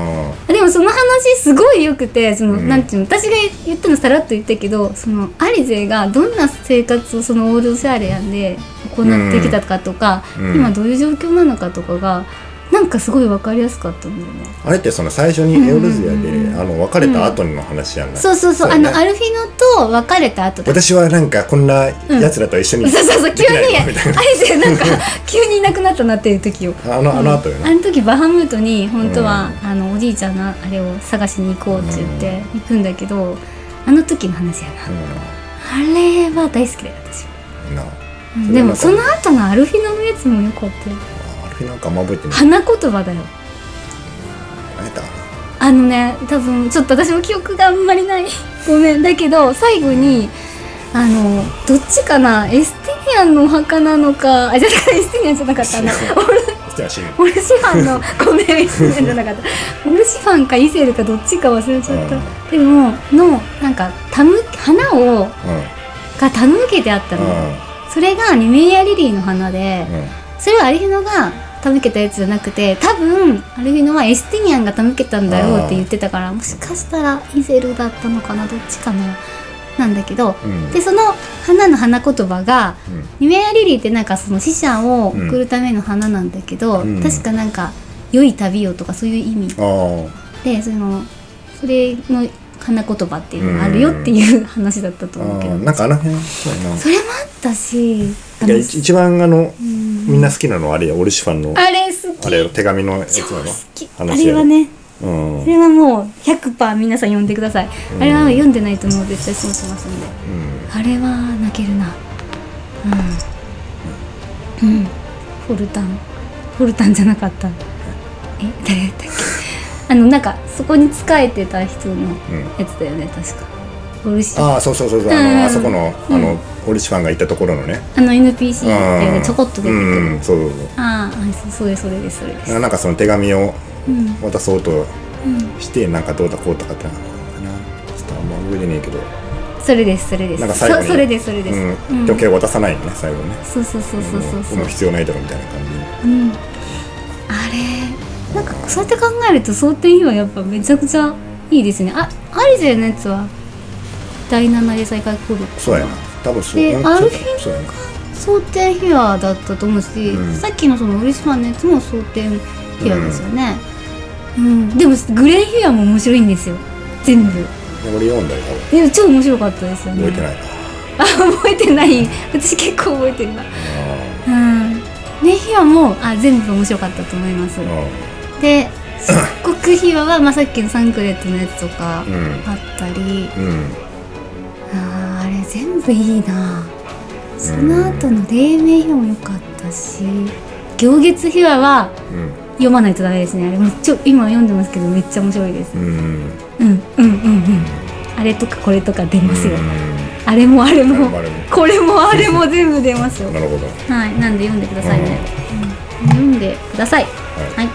S1: でもその話すごいよくてその、
S2: うん
S1: なんていうの私が言ったのさらっと言ったけどそのアリゼがどんな生活をそのオールドシャーレアンで行ってきたかとか、
S2: うん
S1: 今どういう状況なのかとかがなんかすごい分かりやすかったんだよね。
S2: ーあれってその最初にエオルズヤで、
S1: うん
S2: あの別れた後の話やんない、
S1: そうそうそう
S2: やね
S1: あのアルフィノと別れた後だ
S2: 私はなんかこんな奴らと一緒に、
S1: そうそうそう
S2: で
S1: 急
S2: きない
S1: に
S2: の
S1: ア
S2: み
S1: リ
S2: たいな
S1: ゼなん か急にいなくなったなっていう時よ
S2: あのあの後よな、
S1: あの時バハムートに本当は、
S2: う
S1: あのおじいちゃんのあれを探しに行こうって言って行くんだけど、あの時の話やな、
S2: うん
S1: あれは大好きだよ私は
S2: うなあ
S1: うんでもそ
S2: それ
S1: の
S2: は
S1: 後のアルフィナのやつもよかったよ
S2: あれなんかあんま覚えてない
S1: 花言葉だよ
S2: 何やったかな
S1: あのね多分ちょっと私も記憶があんまりない ごめんだけど最後にあのどっちかなエスティニアンのお墓なのかあじゃあエスティニアンじゃなかったな
S2: 知ら んじゃあ死ぬ
S1: オルシファンのごめんエスティニアンじゃなかったオルシファンかイセルかどっちか忘れちゃった
S2: うん
S1: でものなんかたむ花を
S2: うん
S1: が手向けてあったの
S2: う
S1: それがニメイアリリーの花で
S2: んうん
S1: それはアリフィノが手向けたやつじゃなくて多分アリフィノはエスティニアンが手向けたんだよって言ってたからもしかしたらイゼルだったのかなどっちかななんだけど、
S2: うん
S1: でその花の花言葉が
S2: うん
S1: ニメアリリーってなんかその死者を送るための花なんだけど、
S2: うん
S1: 確かなんか「良い旅を」とかそういう意味
S2: あ
S1: でそのそれの花言葉っていうのがあるよっていう話だったと
S2: あ
S1: 思うけど、
S2: あなんかあの辺そうやな
S1: それもあったしあ
S2: いや
S1: の
S2: 一一番あの
S1: うん
S2: みんな好きなのはあれやオルシファンの
S1: あれ好き
S2: あれ手紙のやつな
S1: 超
S2: の
S1: 好きあ
S2: 話
S1: れ
S2: や
S1: は
S2: ろ
S1: ね
S2: うん
S1: それはもう100%皆さん読んでください、
S2: うん
S1: あれは読んでないともう絶対損しますんで
S2: うん
S1: あれは泣けるなうん、うん、フォルタンフォルタンじゃなかったえ誰だったっけあのなんかそこに仕えてた人のやつだよね確かオルシ
S2: ああそうそうそうそうあ
S1: うん
S2: のあそこのあ
S1: う
S2: のオルシファンがいたところのね
S1: あの NPC って
S2: う
S1: ね
S2: ん
S1: ちょこっと出てくる、
S2: うんそうそうそう
S1: あーあそうそれそれですそれです
S2: ななんかその手紙を
S1: うん
S2: 渡そうと
S1: うん
S2: してなんかどうだこうとかってなかったのかなちょっとあんま覚えてねえけど
S1: それですそれです
S2: なんか最後に
S1: そそれですそれです、
S2: うん時計渡さないよね最後ね
S1: そうそうそうそうそうそう、
S2: もう必要ないだろみたいな感じ
S1: うん、あれなんかそうやって考えると想定にはやっぱめちゃくちゃいいですねあアリゼのやつは第7で再開登録
S2: そうやな多分そう
S1: で
S2: うん
S1: アル
S2: そう
S1: フィ
S2: そうやな
S1: 想定ヒアだったと思うし、
S2: うん
S1: さっきのそのウリシファンのやつも想定ヒアですよね、うんでもグレンヒアも面白いんですよ全部
S2: で俺読んだよ多
S1: でも超面白かったですよね
S2: 分覚えてな いな
S1: あ覚えてない私結構覚えてるな
S2: あ
S1: うんねヒアもあ全部面白かったと思います、
S2: あ
S1: で漆黒秘話は、まあ、さっきのサンクレットのやつとか
S2: うん
S1: あったり、
S2: うん
S1: あーあれ全部いいなその後の黎明秘話も良かったし行月秘話は
S2: うん
S1: 読まないとダメですねあれめっちゃ今読んでますけどめっちゃ面白いです、
S2: う
S1: う
S2: ん
S1: ん、うんうんうんあれとかこれとか出ますよ、
S2: う
S1: あれもあれも
S2: んあれも
S1: これもあれも全部出ます よ
S2: なるほど
S1: はいなんで読んでくださいね、うん読んでください
S2: はい
S1: はい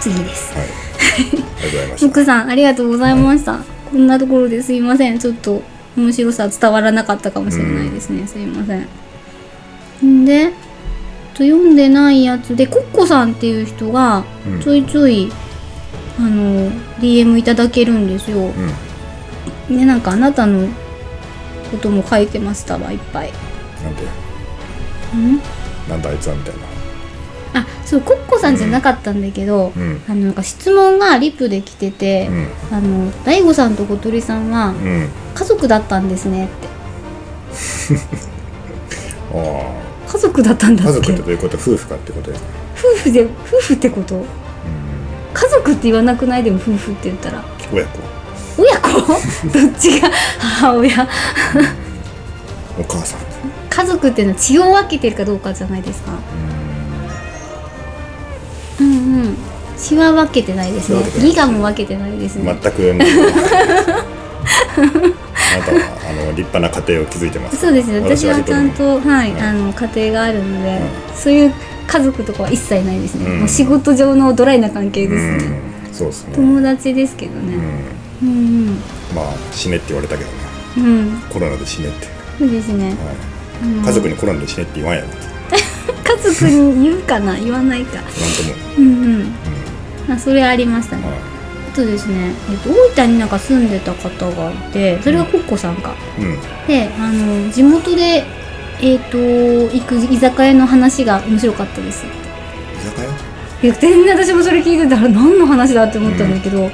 S1: 次です
S2: はいありがとうございま
S1: ム
S2: し
S1: ックさんありがとうございました、こんなところですいませんちょっと面白さ伝わらなかったかもしれないですね、すいませんんでと読んでないやつでコッコさんっていう人が
S2: うん
S1: ちょいちょい、あの DM いただけるんですよ
S2: たうん
S1: ねなんかあなたのことも書いてましたわいっぱいん
S2: なんでなんだあいつはみたいな
S1: あそうコッコさんじゃなかったんだけど、
S2: うん
S1: あのなんか質問がリプで来てて、
S2: うん
S1: あの大悟さんと小鳥さんは
S2: うん
S1: 家族だったんですねって
S2: あ
S1: 家族だったん
S2: あ
S1: だ
S2: 家
S1: っ
S2: 族
S1: け
S2: ってどういうこと夫婦かってことや
S1: 夫婦で夫婦ってこと
S2: うん
S1: 家族って言わなくないでも夫婦って言ったら
S2: 親子
S1: 親 子どっちが母親
S2: お母さん
S1: 家族っていうのは血を分けてるかどうかじゃないですかうんうん血は分けてないですね
S2: そうですね
S1: ギガも分けてないですね、
S2: 全く なんかあなたはあの立派な家庭を築いてます
S1: そうですね私
S2: 私は
S1: はちゃんと、はい
S2: うん
S1: あの家庭があるので、
S2: う
S1: そういう家族とかは一切ないですね、
S2: うん
S1: もう仕事上のドライな関係
S2: う
S1: ですね、
S2: んそうですね
S1: 友達ですけど
S2: う
S1: ね、
S2: ん
S1: うん
S2: まあ死ねって言われたけどね
S1: うんうん
S2: コロナで死ねって
S1: そうですね、
S2: は
S1: うん
S2: い家族にコロナで死ねって言わんやろなん
S1: 家族に言うか な言わないかう
S2: とも
S1: んうんまあそれありました
S2: うん
S1: ね
S2: はい
S1: あとですね、えっと、大分になんか住んでた方がいてそれがコッコさんか
S2: うん
S1: であの地元でえっ、と行く居酒屋の話が面白かったです
S2: 居酒屋
S1: いや全然私もそれ聞いてたら何の話だって思ったんだけど、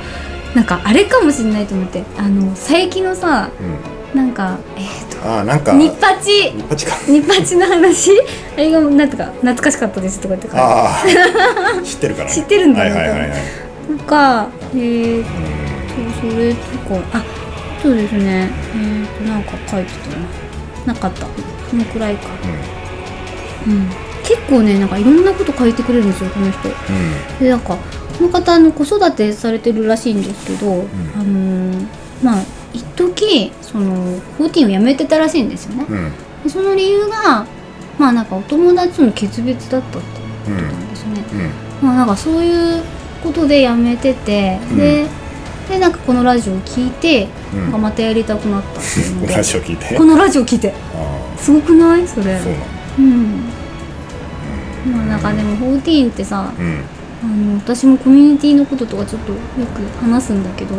S1: なんかあれかもしんないと思ってあの佐伯のさ
S2: うん
S1: なんかえっ、
S2: ああなん
S1: と
S2: か
S1: ニッパチ
S2: ニッパチか
S1: ニッパチの話あれがなんとか懐かしかったですとかって書いてある
S2: ああ知ってるから
S1: 知ってるんだ
S2: は
S1: よ
S2: いはいはいはい
S1: とか、えー、
S2: うん
S1: そうそれとかあそうですねえー、となんか書いてたななかったそのくらいか、
S2: うん
S1: うん、結構ねなんかいろんなこと書いてくれるんですよこの人
S2: うん
S1: でなんかこの方あの子育てされてるらしいんですけど、あのーまあ一時その14を辞めてたらしいんですよね、
S2: うん
S1: でその理由がまあなんかお友達との決別だったって
S2: う
S1: こと
S2: ん
S1: なんですよね、
S2: うん
S1: まあなんかそういうことで辞めてて、
S2: うん
S1: ででなんかこのラジオを聞いて、
S2: うん
S1: なんかまたやりたくなったっていう ので
S2: ラジオ聞いて
S1: このラジオ聞いて
S2: あ
S1: すごくないそれ
S2: あそうなの
S1: うんまあなんかでも14ってさ、
S2: うんうん
S1: あの私もコミュニティのこととかちょっとよく話すんだけど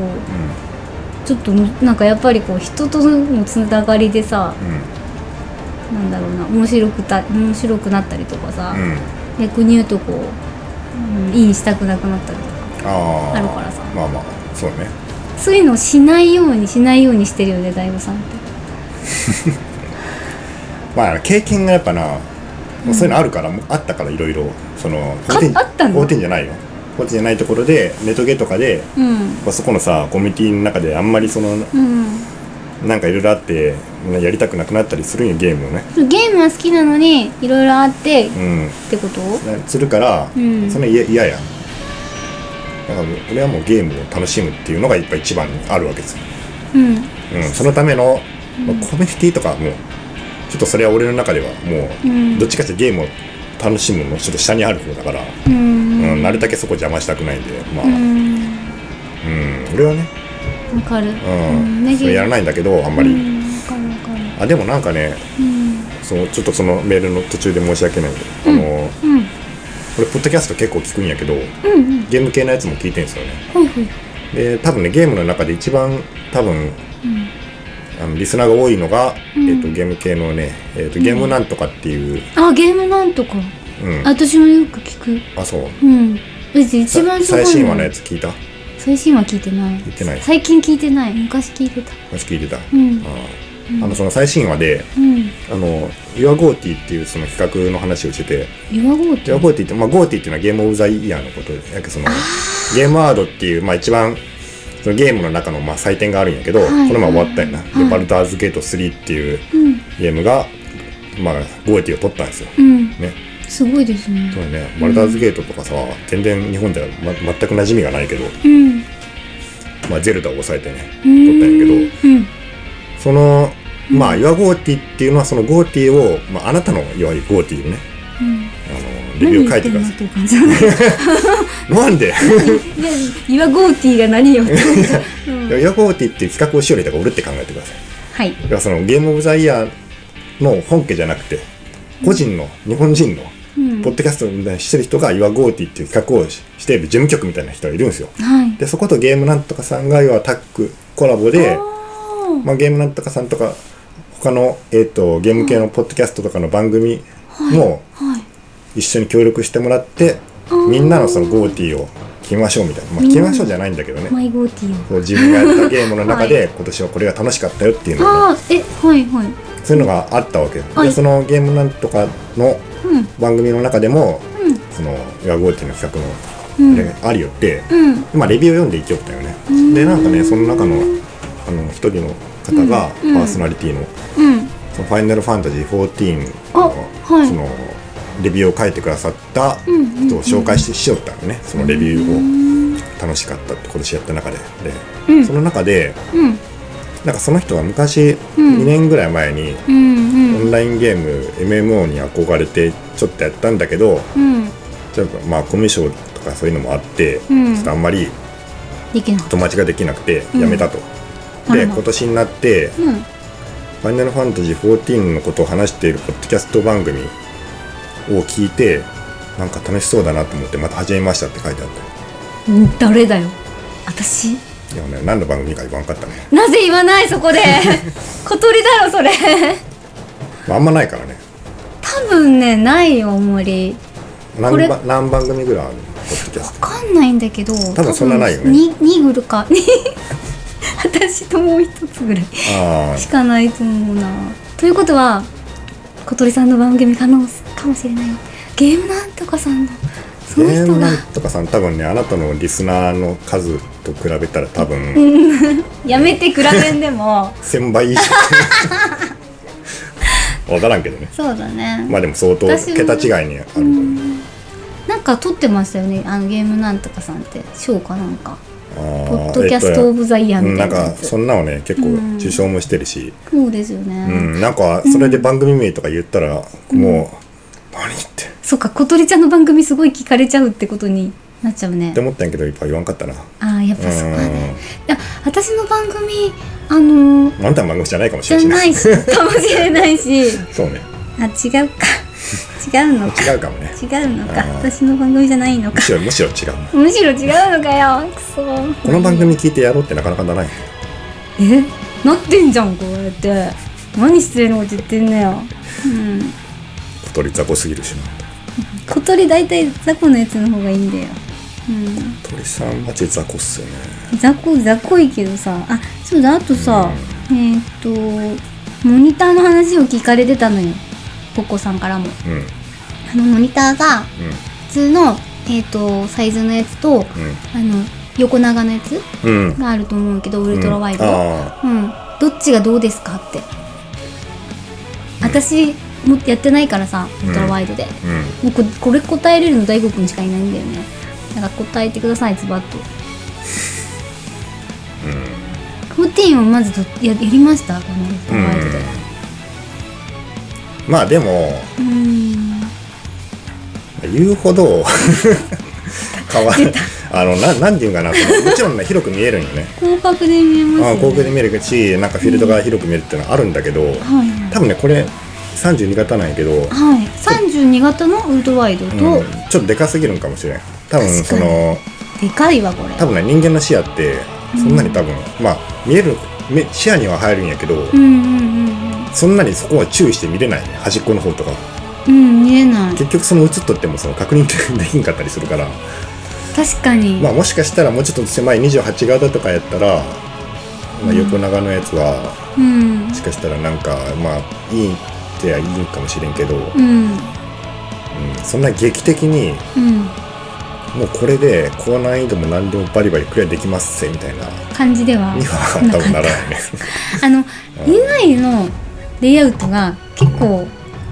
S1: ちょっとなんかやっぱりこう人とのつながりでさなんだろうな面白くた面白くなったりとかさ、
S2: うんうん
S1: 逆に言うとこう、うん、インしたくなくなったりとか
S2: ああ
S1: あるからさ
S2: まあまあそうね
S1: そういうのをしないようにしないようにしてるよね大悟さんって。
S2: まあ経験がやっぱなもうそういうのあるから、もうあったからいろいろその
S1: かあったの
S2: 法廷じゃないよ法廷じゃないところでネトゲとかで
S1: うん
S2: まあそこのさコミュニティの中であんまりその
S1: うん、
S2: なんかいろいろあってやりたくなくなったりするんよゲームをね
S1: ゲームは好きなのにいろいろあってっ
S2: うん
S1: てこと
S2: なするから、
S1: うん
S2: そんな嫌嫌やだから俺はもうゲームを楽しむっていうのがやっぱ一番にあるわけですよ、
S1: うん
S2: うん、そのための、まあコミュニティとかはもうちょっとそれは俺の中ではも
S1: う
S2: う、
S1: ん
S2: どっちかっていうとゲームを楽しむのちょっと下にある方だから、
S1: う
S2: うん
S1: ん
S2: なるだけそこ邪魔したくないんでまあ、
S1: う
S2: う
S1: んん
S2: 俺はね,、
S1: わかる、
S2: うん
S1: ね
S2: それやらないんだけどあんまり、
S1: うんわかるわかる
S2: あでもなんかね
S1: うん
S2: そのちょっとそのメールの途中で申し訳ないけど、あの
S1: うん
S2: 俺ポッドキャスト結構聞くんやけど
S1: うんうん
S2: ゲーム系のやつも聞いてんですよね
S1: はいはい
S2: で多分ねゲームの中で一番多分
S1: うん
S2: あのリスナーが多いのが、
S1: うん
S2: えっとゲーム系のね、えっとゲームなんとかっていう、
S1: あゲームなんとか
S2: うん、
S1: あ私もよく聞く
S2: あそう
S1: うんうち一番す
S2: さ
S1: ごい
S2: 最新話の
S1: ね
S2: やつ聞いた
S1: 最新話聞いてない
S2: 聞いてない
S1: 最近聞いてない昔聞いてた
S2: 私聞いてた、
S1: うん
S2: あーあのその最新話で
S1: うん
S2: 「あの YourGoatee」っていうその企画の話をしてて
S1: 岩合っ
S2: 「
S1: て
S2: YourGoatee」って、まあ、Goatee っていうのはゲームオブザイヤーのことでやけどそのゲームアードっていう、まあ、一番そのゲームの中のまあ祭典があるんやけど、
S1: はいはい
S2: この前終わったよな、
S1: はい
S2: でバルダーズゲート3っていう
S1: うん
S2: ゲームが、まあ、Goatee を取ったんですよ
S1: うん
S2: ね
S1: すごいですね
S2: そうだね、バルダーズゲートとかさ、全然日本では、ま、全く馴染みがないけど、
S1: うん
S2: まあ、ゼルダを抑えてね、
S1: うん
S2: 撮ったんやけど、
S1: うん
S2: その、まあ、いわゴーティっていうのは、そのゴーティを、まあ、あなたの、いわゆるゴーティをね、
S1: うん
S2: あの、レビュー書いてくださ
S1: 何言ってんのっていう感じなんだけど
S2: い。 なんで
S1: で 岩合ティが何よって思ったうん
S2: いわゴーティっていう企画をしよりとか、俺って考えてください。
S1: はい
S2: だからそのゲームオブザイヤーの本家じゃなくて、個人の、日本人の、
S1: うん
S2: ポッドキャストみたいにしてる人が、いわゴーティっていう企画をししている事務局みたいな人がいるんですよ。
S1: はい
S2: で、そことゲームなんとかさんが、要はタッグ、コラボで、
S1: あ
S2: まあ、ゲームなんとかさんとか他の、えー、とゲーム系のポッドキャストとかの番組も
S1: ーはい
S2: 一緒に協力してもらって、
S1: ー
S2: みんなのその GOTY を決めましょうみたいな、まあ、決めましょうじゃないんだけどね、
S1: マイゴーティーを
S2: こう自分がやったゲームの中で、今年はこれが楽しかったよっていうのが、ね、
S1: ああえはいはい
S2: そういうのがあったわけよ、
S1: はい
S2: でそのゲームなんとかの
S1: うん
S2: 番組の中でも、
S1: うん
S2: その GOTY の企画の
S1: うん
S2: あれあるよって、
S1: うん
S2: まあ、レビューを読んでいきよったよね、
S1: ん
S2: でなんかねその中のあの一人の方がパ
S1: うん
S2: ーソナリティの、
S1: うん
S2: そのファイナルファンタジー14
S1: あ
S2: の,、
S1: はい
S2: そのレビューを書いてくださった
S1: う
S2: 人
S1: んうんうん
S2: を紹介してしよったのね、そのレビューを楽しかったって今年やった中でで、
S1: うん
S2: その中で
S1: うん
S2: なんかその人が昔、
S1: うん
S2: 2年ぐらい前に
S1: うん
S2: オンラインゲーム MMO に憧れてちょっとやったんだけど
S1: うん
S2: ちょっとまあコミュ障とかそういうのもあって、
S1: うん
S2: ちょっとあんまり
S1: できなかっ
S2: 友達ができなくて
S1: うん
S2: やめたと。
S1: た
S2: で
S1: なるほ
S2: 今
S1: ど
S2: 年になって
S1: うん
S2: 「ファイナルファンタジー14」のことを話しているポッドキャスト番組を聞いてなんか楽しそうだなと思ってまた始めましたって書いてあっ
S1: うん誰だよ私
S2: たいやね何の番組か言わんかったね、
S1: なぜ言わないそこで小鳥だろそれ
S2: まあ、あんまないからね
S1: 多分ねないよあんまりこ
S2: 何
S1: れ
S2: ば何番組ぐらいあるのポッドキャス
S1: わかんないんだけど多
S2: 分そんなないよね
S1: ににぐるかに私ともう一つぐらい
S2: トああ
S1: しかないと思うなということは小鳥さんの番組可能かもしれないゲームなんとかさんのその
S2: ゲー
S1: 人
S2: ム
S1: が
S2: なんとかさん多分ねあなたのリスナーの数と比べたら多分、
S1: やめて比べんでも
S2: 1000倍以上分からんけどね
S1: そうだね、
S2: まあでも相当
S1: 私も
S2: 桁違いにあるから、
S1: なんか撮ってましたよねあのゲームなんとかさんって賞かなんか
S2: ポ
S1: ポッドキャスト・オブ・ザ・イヤーみたいな
S2: な
S1: や
S2: んか
S1: つ、
S2: そんなのね結構受賞もしてるし、
S1: そうですよ
S2: う
S1: ね、
S2: んなんかそれで番組名とか言ったら、もう何言って
S1: そっか小鳥ちゃんの番組すごい聞かれちゃうってことになっちゃうね
S2: って思ったんやけどやっぱ言わんかったな
S1: ああやっぱそうだねいや私の番組あのー
S2: うんあんたの番組じゃないかもし
S1: じ
S2: れ
S1: ゃ
S2: ない
S1: ないしかもしれないし
S2: そうね
S1: あ違うか違うのか
S2: 違うかもね
S1: 違うのか
S2: あー
S1: 私の番組じゃないのか
S2: むしろむしろ違うな
S1: むしろ違うのかよくそ
S2: この番組聞いてやろうってなかなかならない
S1: えなってんじゃんこうやって何失礼なこと言ってんのようん
S2: 小鳥雑魚すぎるしな
S1: 小鳥大体雑魚のやつの方がいいんだようん
S2: 鳥さんマジ雑魚っすよね
S1: 雑魚雑魚いけどさあそうだあとさえーっとモニターの話を聞かれてたのよポッコさんからも
S2: うんうん
S1: あのモニターが普通のえーっとサイズのやつとあの横長のやつ
S2: うんうん
S1: があると思うけどウルトラワイド、
S2: うんあ
S1: うん、どっちがどうですかって私もやってないからさウルトラワイドで、
S2: ーう
S1: もう
S2: ん
S1: ここれ答えれるの大悟くんしかいないんだよねだから答えてくださいズバッと14をまずどややりましたこのウルトラワイドで
S2: まあでも
S1: うん
S2: 言うほど 変わるあのななんていうんかなこのもちろんね広く見えるんよね
S1: 広角で見えますよ、ね、
S2: ああ広角で見えるしなんかフィールドが広く見えるっていうのはあるんだけど、
S1: はい
S2: 多分ねこれ32型なんやけど、うん
S1: はい、32型のウルトラワイドと、
S2: ちょっとでかすぎるんかもしれん多分
S1: 確か
S2: そ
S1: に
S2: の
S1: でかいわこれ
S2: 多分ね人間の視野ってそんなに多分、まあ見えるめ視野には入るんやけど、
S1: うんうんうんうん
S2: そんなにそこは注意して見れないね端っこの方とか
S1: うん見えない
S2: 結局その映っとってもその確認できんかったりするから、
S1: 確かに、
S2: まあもしかしたらもうちょっと狭い28型とかやったら、まあ、横長のやつは
S1: うん
S2: もしかしたらなんかまあいいってはいいんかもしれんけど、
S1: うん
S2: うんそんな劇的に
S1: うん
S2: もうこれで高難易度も何でもバリバリクリアできますぜみたいな
S1: 感じでは
S2: には多分ならないね
S1: あの以外のレイアウトが結構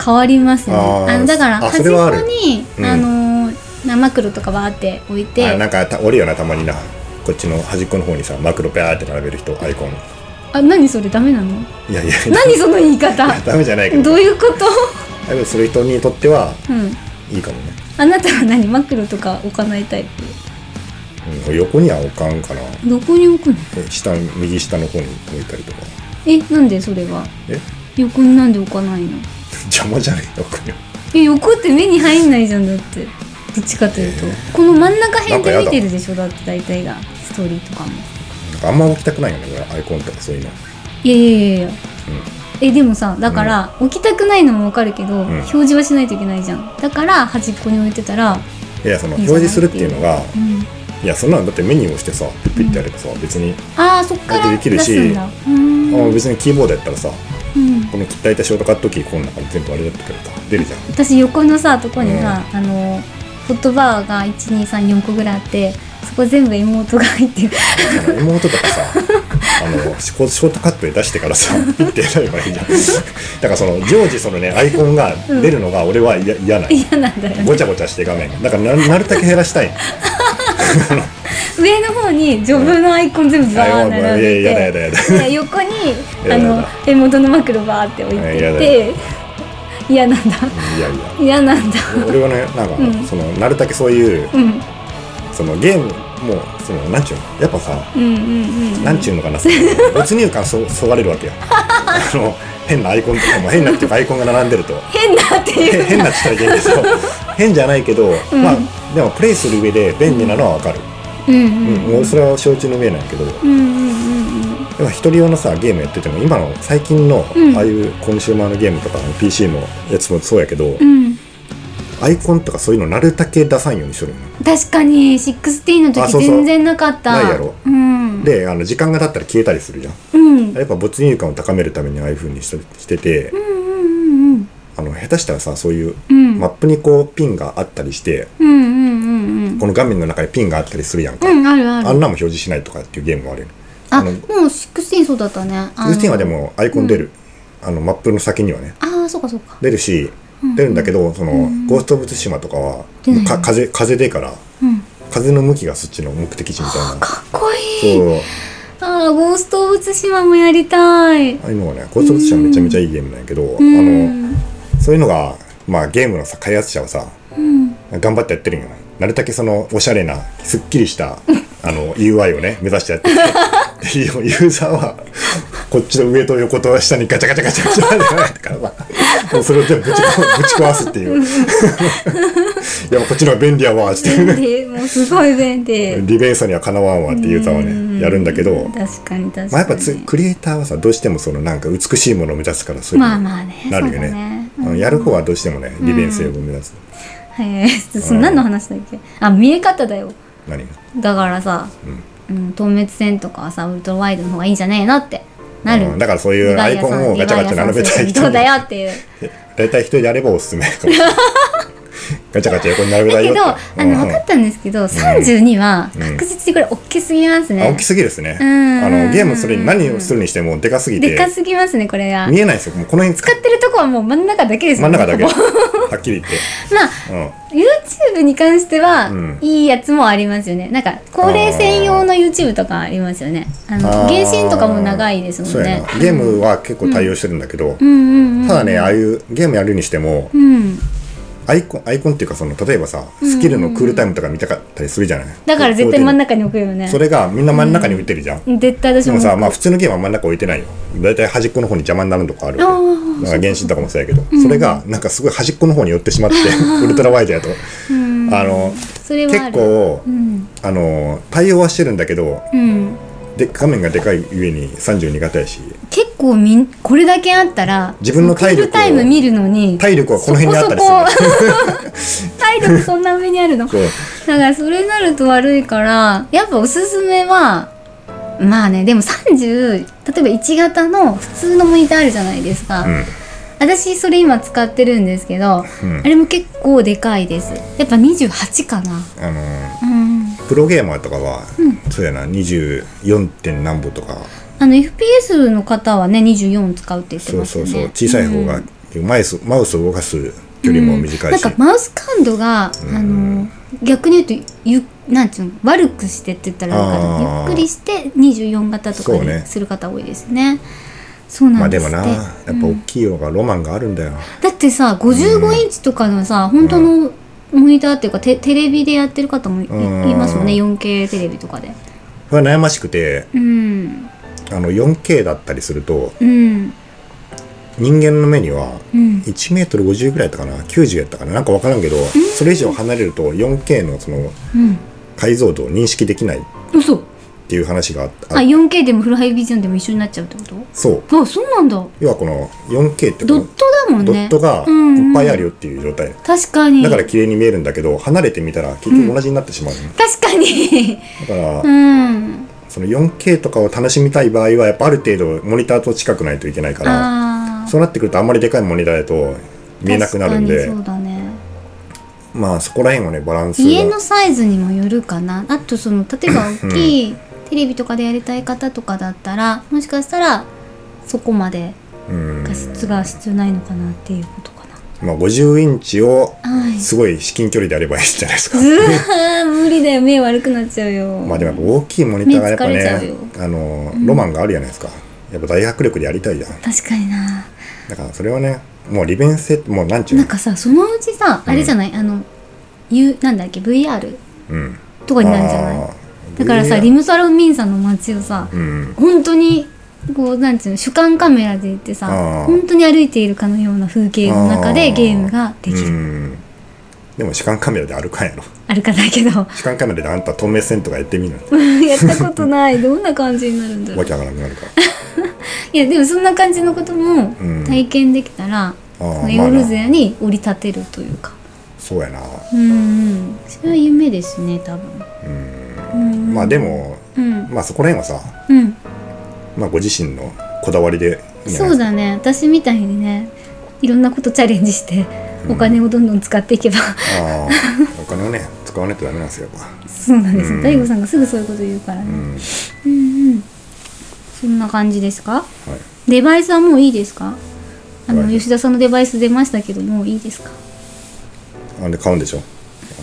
S1: 変わりますよ
S2: あ
S1: ね
S2: ー
S1: あのだから
S2: あ
S1: 端
S2: そ
S1: っこ
S2: れはある
S1: にあ,、
S2: うん
S1: のー生黒とかバーって置いて
S2: あ
S1: あ
S2: なんかたおるよなたまになこっちの端っこの方にさマクロペアーって並べる人アイコン
S1: 何それダメなの
S2: いやいや
S1: 何その言い 方
S2: ダメじゃないけど
S1: どういうこと
S2: ダメする人にとっては
S1: うん
S2: いいかもね、
S1: あなたは何マクロとか置かないタイプ
S2: うん、横には置かんかな
S1: どこに置くの
S2: 下右下の方に置いたりとか
S1: えなんでそれは
S2: え
S1: 横になんで置かないの
S2: 邪魔じゃないのこれ
S1: え横って目に入んないじゃんだってどっちかというと、
S2: え
S1: この真ん中
S2: な
S1: 辺
S2: んか
S1: で
S2: や
S1: 見
S2: だ
S1: てるでしょだって大体がストーリーとかも
S2: なんかあんま置きたくないよねこれアイコンとかそういうの
S1: いやいやいやいや、えでもさだから、置きたくないのもわかるけど、
S2: ん
S1: 表示はしないといけないじゃんだから端っこに置いてたら、
S2: いやその
S1: いいじゃな
S2: 表
S1: い
S2: 示するっていうのが
S1: うん、
S2: いやそんなのだってメニューを押してさピッピッてやればさ別に
S1: ああそっから
S2: できる
S1: 出
S2: し
S1: すんだうーん
S2: あ別にキーボードやったらさ
S1: うん
S2: この切ったいたショートカットキーこの中に全部あれだったけどさ出るじゃん
S1: 私横のさとこにさ、あのホットバーが1234個ぐらいあってそこ全部妹が入ってる
S2: あの妹とかさ あのショショートカットで出してからさ ピッてやればいいじゃんだからその常時そのねアイコンが出るのが俺は嫌嫌ない
S1: 嫌なんだよね
S2: ごちゃごちゃして画面がだからななるだけ減ら したい
S1: 上の方にジョブのアイコン全部バーン並
S2: あいやいややだ
S1: べ
S2: やだや だ
S1: てで横にあ
S2: やだや
S1: の
S2: だ
S1: 妹のマクロバーって置い
S2: は
S1: て
S2: いやだ
S1: て嫌なんだ
S2: いやいや
S1: 嫌なんだ
S2: 俺はねなんか、
S1: うん
S2: そのなるだけそういう
S1: うん
S2: そのゲームもうそのなんちゅうのやっぱさ、
S1: うんうんうん
S2: なんちゅうのかなその没入感そそがれるわ けよあの変なアイコンとかも変なっていうかアイコンが並んでると
S1: 変だって
S2: へ
S1: いう
S2: 変なって言ったらいけないけど変じゃないけど、まあでもプレイする上で便利なのはわかる、
S1: うん
S2: う
S1: うん
S2: ん俺それは承知の上なんやけど、
S1: うんうんうん
S2: でも一人用のさゲームやってても今の最近の、
S1: うん
S2: ああいうコンシューマーのゲームとか PC のやつもそうやけど、
S1: うん
S2: アイコンとかそういうのなるだけ出さんようにしとるの
S1: 確かに16の
S2: あ
S1: 時
S2: そうそう
S1: 全然なかった
S2: ないやろ
S1: うん
S2: であの時間が経ったら消えたりするじゃん
S1: うん
S2: やっぱ没入感を高めるためにああいう風にしたしてて、
S1: うんうん
S2: あの下手したらさそういう
S1: うん
S2: マップにこうピンがあったりして、
S1: うんうんうんうん
S2: この画面の中にピンがあったりするやんか、
S1: うんあるあ
S2: あ
S1: る
S2: んなも表示しないとかっていうゲームもあるよ
S1: あ
S2: あ
S1: も
S2: の
S1: う16そうだったねあの
S2: ルーティンはでもアイコン出る、あのマップの先にはね
S1: ああそうかそうか
S2: 出るし出るんだけどその、ゴースト・オブ・ツシマとかは
S1: 出ない
S2: か風風でから
S1: うん
S2: 風の向きがそっちの目的地みたいな
S1: かっこいい
S2: そう
S1: ああゴースト・オブ・ツシマもやりたい
S2: ああいうのはねゴースト・オブ・ツシマめちゃめちゃいいゲームなんやけど、
S1: う
S2: あの
S1: ん
S2: そういうのが、まあ、ゲームのさ開発者はさ
S1: うん
S2: 頑張ってやってるんよなるだけそのおしゃれなすっきり したあの UI をね目指してやってきてでユーザーはこっちの上と横と下にガチャガチャガチャガチャガチャガチャからまあもうそれを全部ぶち壊ぶち壊すっていう いやこっちの方が便利やわーっていう
S1: 便利もうすごい便利
S2: 利便さにはかなわんわっていうユーザーは
S1: うん
S2: ねやるんだけど、
S1: 確かに確かに
S2: まあ、やっぱつクリエイターはさどうしてもそのなんか美しいものを目指すからそういう
S1: まあ
S2: の
S1: まあね
S2: なるよ
S1: そうだ
S2: ね
S1: ね
S2: あのやる方はどうしてもね利便性を目指す、
S1: へえそんなの話だっけあ見え方だよ
S2: 何が
S1: だからさ、うん、透滅線とかはさウルトラワイドの方がいいんじゃねえのってなる、
S2: うんだからそういうアイコンをガチャガチャ並べた
S1: 人
S2: い人
S1: そう
S2: に
S1: だよっていう
S2: 大体一人であればおすすめ かもしれないガチャガチャ横に並べ
S1: だ
S2: たい
S1: け
S2: よ
S1: どあ
S2: って
S1: の分かったんですけど、32は
S2: うん
S1: 確実にこれ大きすぎます
S2: あ
S1: ね、
S2: 大きすぎですね
S1: うんうんうん
S2: あのゲームそれに何をするにしてもでかすぎ
S1: で
S2: て
S1: かすぎますねこれが
S2: 見えないですよもうこの辺
S1: 使ってるとこはもう真ん中だけです
S2: 真
S1: よ
S2: ん
S1: ね
S2: 中だけ
S1: こ
S2: は
S1: こ
S2: っきり言って、
S1: まあ
S2: うん、
S1: YouTube に関しては、
S2: うん
S1: いいやつもありますよねなんか高齢専用の YouTube とかありますよねあの
S2: あー
S1: 原神とかも長いですも
S2: そ
S1: ん
S2: うや
S1: ね
S2: なゲームは結構対応してるんだけど、
S1: うんうんうん
S2: ただねああいうゲームやるにしても
S1: うん
S2: アイコンアイコンっていうかその例えばさスキルのクールタイムとか見たかったりするじゃない、
S1: だから絶対真ん
S2: 中
S1: 中に置くよね
S2: それがみんな真ん中に置いてるじゃん、
S1: 絶対私
S2: で
S1: も
S2: もさ、まあ、普通のゲームは真ん中置いてないよ大体端っこの方に邪魔になるとかある
S1: あ
S2: わけ
S1: ー
S2: なんか原神とかもそうやけど、それがなんかすごい端っこの方に寄って しまってウルトラワイドやと
S1: うん
S2: あの
S1: それはあ
S2: 結
S1: る
S2: 構
S1: うん
S2: あの対応はしてるんだけど
S1: うん
S2: で画面がでかい上に32型やし
S1: 結構みんこれだけあったら
S2: 自分の体力を
S1: フルタイム見るのに
S2: 体力はこの辺にあったりす
S1: そこそこ 体力そんな上にあるの
S2: るそう
S1: だからそれになると悪いからやっぱおすすめはまあねでも30例えば1型の普通のモニターあるじゃないですか、
S2: うん
S1: 私それ今使ってるんですけど、
S2: うん
S1: あれも結構でかいですやっぱ28かな
S2: あの
S1: うん
S2: プロゲーマーとかは、
S1: う
S2: そうやな24点何歩とか
S1: あの FPS の方はね24使うって言って
S2: そう
S1: ます
S2: そ
S1: よ
S2: う
S1: ね
S2: そう小さい方が、マウスマウスを動かす距離も短いし、
S1: なんかマウス感度が、あの逆に言うとゆなんていうの悪くしてって言ったらあれかな
S2: あー
S1: ゆっくりして24型とか
S2: そうね
S1: にする方多いですねそう
S2: ま
S1: な
S2: あ
S1: ん
S2: で
S1: です
S2: も
S1: って、
S2: なやっぱ大きい方がロマンがあるんだよ、
S1: だってさ55インチとかのさ、本当のモニターっていうかテテレビでやってる方もい,、
S2: うん
S1: いますもんね 4K テレビとかで
S2: これは悩ましくて
S1: うん
S2: あの 4K だったりすると
S1: うん
S2: 人間の目には
S1: うん
S2: 1メートル50ぐらいだったかな90やったかななんか分からんけどそれ以上離れると 4K のその
S1: うん
S2: 解像度を認識できないっ
S1: 嘘
S2: ていう話があっ
S1: あ
S2: た
S1: 4K でもフルハイビジョンでも一緒になっちゃうってこと
S2: そう
S1: あそうなんだ
S2: 要はこの 4K ってこ
S1: ド
S2: の
S1: ットだもんね
S2: ドットが
S1: うんうん
S2: いっぱいあるよっていう状態、
S1: 確かに
S2: だから綺麗に見えるんだけど離れてみたら結局同じになってしまうのね、
S1: 確か に
S2: だか
S1: う
S2: ら
S1: ん
S2: その 4K とかを楽しみたい場合はやっぱある程度モニターと近くないといけないから
S1: あー
S2: そうなってくるとあんまりでかいモニターだと見えなくなるん
S1: 確
S2: で
S1: かにそうだね
S2: まあそこら辺はねバランスが
S1: 家のサイズにもよるかなあとその例えば大きいテレビとかでやりたい方とかだったらもしかしたらそこまで
S2: うん
S1: 画質が必要ないのかなっていうことかな
S2: まあ、50インチを
S1: はい
S2: すごい至近距離であればいいんじゃないですか、
S1: うわー無理だよ目悪くなっちゃうよ
S2: まあでもやっぱ大きいモニターがやっぱ
S1: 目疲れち
S2: ねあのロマンがあるじゃないですかやっぱ大迫力でやりたいじゃん
S1: 確かにな
S2: だからそれはねもう利便性ってもうなんちゅう
S1: な
S2: の
S1: んかさそのうちさあれじゃない、あの U なんだっけ VR
S2: うん
S1: とかになるんじゃない
S2: あー
S1: だからさ
S2: VR
S1: リムサルミンさんの街をさ、
S2: うん
S1: 本当にこうなんていうの主観カメラで行ってさ
S2: あー
S1: 本当に歩いているかのような風景の中
S2: あ
S1: で
S2: ー
S1: ゲームができ
S2: う
S1: る、
S2: んでも主観カメラで歩かんやろ
S1: あるかだけど
S2: 主観カメラであんた透明線とかやってみるの
S1: やったことないどんな感じになるんだろ
S2: わ
S1: う
S2: けわからなくなるから
S1: いやでもそんな感じのことも
S2: うん
S1: 体験できたら、
S2: あー
S1: その
S2: まあ
S1: ヨ
S2: な
S1: ルゼアに降り立てるというか、
S2: そうやな
S1: うんうんそれは夢ですね多分
S2: まあでも
S1: うん
S2: まあそこら辺はさ、
S1: うん
S2: まあ、ご自身のこだわりでいいんじゃない
S1: そうだね私みたいにねいろんなことチャレンジしてお金をどんどん使っていけば、
S2: ああお金をね使わないとダメなんですよやっぱ
S1: そうなんです
S2: う
S1: よ
S2: ん
S1: 大悟さんがすぐそういうこと言うから
S2: う
S1: ね
S2: ん、は
S1: う
S2: い、
S1: んうんそんな感じですかデバイスはもういいですかあの
S2: はい
S1: 吉田さんのデバイス出ましたけどもいいですか
S2: あんで買うんでしょ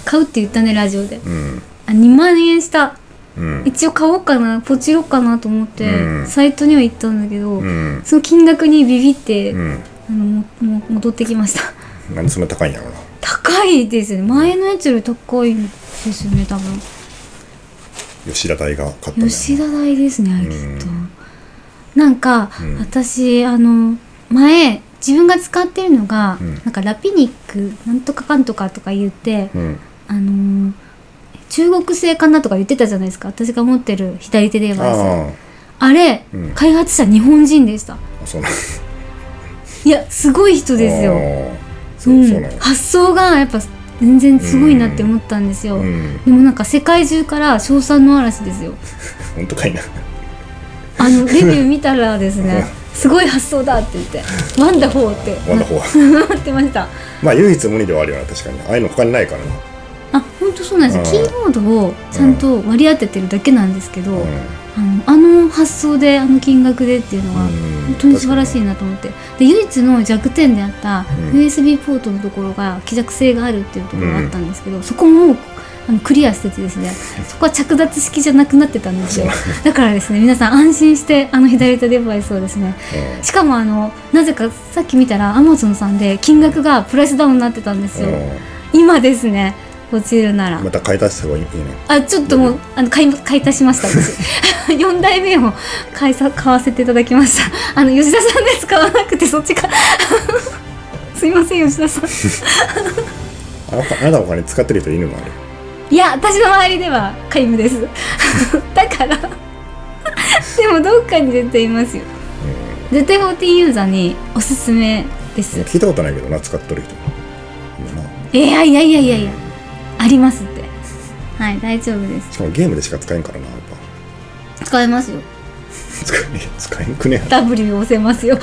S1: 買うって言ったねラジオで、
S2: うん
S1: あ2万円した
S2: うん
S1: 一応買おうかなポチろうかなと思って、
S2: うん
S1: サイトには行ったんだけど、
S2: うん
S1: その金額にビビって、
S2: うん
S1: あのもも戻ってきました
S2: なんでそんな高いんやろうな
S1: 高いですよね前のやつより高いんですよね多分
S2: 吉田大が買ったんだよ
S1: 吉田大ですねあれきっと、
S2: うん
S1: なんか、
S2: うん
S1: 私あの前自分が使ってるのが、
S2: うん
S1: なんかラピニックなんとかかんとかとか言って、
S2: うん
S1: あのー中国製かなとか言ってたじゃないですか私が持ってる左手デバイスあ
S2: あ
S1: れ、
S2: うん
S1: 開発者日本人でした
S2: あそうなん
S1: いやすごい人ですよ
S2: あ、ーそうそうなん
S1: ん、
S2: や
S1: 発想がやっぱ全然すごいなって思ったんですよ、
S2: うん
S1: でもなんか世界中から称賛の嵐ですよ
S2: 本当かいな
S1: あ のレビュー見たらですねすごい発想だって言ってワンダフォーって
S2: ワンダホーは
S1: ななってました
S2: まあ唯一無二ではあるよな確かにああいうの他にないからな
S1: あ本当そうなんですよ
S2: うん
S1: キーボードをちゃんと割り当ててるだけなんですけど、
S2: うん
S1: あのあの発想であの金額でっていうのは
S2: うん
S1: 本当に素晴らしいなと思ってで唯一の弱点であった
S2: うん
S1: USB ポートのところが希弱性があるっていうところがあったんですけど、そこもあのクリアしててですねそこは着脱式じゃなくなってたんですよだからですね皆さん安心してあの左手デバイスをですね
S2: うん
S1: しかもあのなぜかさっき見たら Amazon さんで金額がプライスダウンになってたんですよ、
S2: う
S1: 今ですねこちらなら
S2: んまた買い足した方がいいね
S1: あちょっともうあの買い買い足しました私 4代目を買いさ買わせていただきましたあの吉田さんのやつ買わなくてそっちか すいません吉田さん
S2: あなたあなたお金使ってる人いるのあれ
S1: いや私の周りでは皆無です だから でもどっかに絶対いますよ絶対14ユーザーにおすすめです
S2: 聞いたことないけどな使ってる人いるない
S1: やいやいやいやいやありますってはい大丈夫です
S2: しかもゲームでしか使えんからなやっ
S1: 使えますよ
S2: ぱ使え使えんくね
S1: W 押せますよ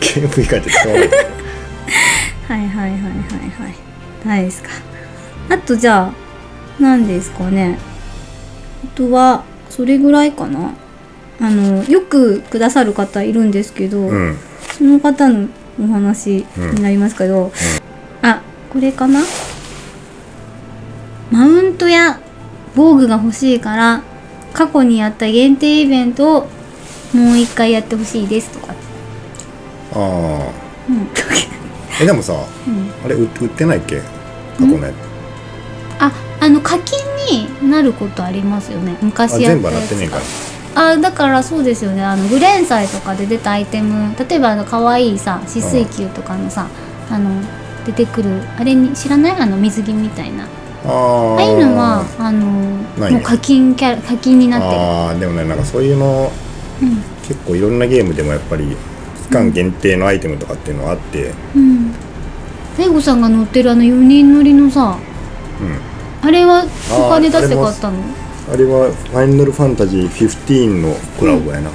S2: ゲーム以外で使わない
S1: はいはいはいはいはいないですかあとじゃあ何ですかねあとはそれぐらいかなあのよくくださる方いるんですけど、
S2: うん
S1: その方のお話になりますけど、あこれかなマウントや防具が欲しいから過去にやった限定イベントをもう一回やってほしいですとか、
S2: ああ
S1: うん、
S2: えでもさ
S1: うん
S2: あれ売売ってないっけ過去のやつ
S1: あ、あの課金になることありますよね。
S2: あ
S1: 昔や
S2: 全
S1: った
S2: 部はな
S1: や
S2: って
S1: つ
S2: ねえんか
S1: が。あ、だからそうですよね。あのグレーン祭とかで出たアイテム、例えばあの可愛いさ、四水球とかのさ、あの出てくるあれに知らないあの水着みたいな。
S2: ああ
S1: ああいうのはあの
S2: ないね
S1: もう課金キャラ課金になって
S2: あーでもねなんかそういうの
S1: る。
S2: 結構いろんなゲームでもやっぱり期間限定のアイテムとかっていうのはあって
S1: うん。うん。聖子さんが乗ってるあの四人乗りのさ、
S2: うん
S1: あれはお金出して買ったの？
S2: あれは「ファイナルファンタジー15」のコラボやな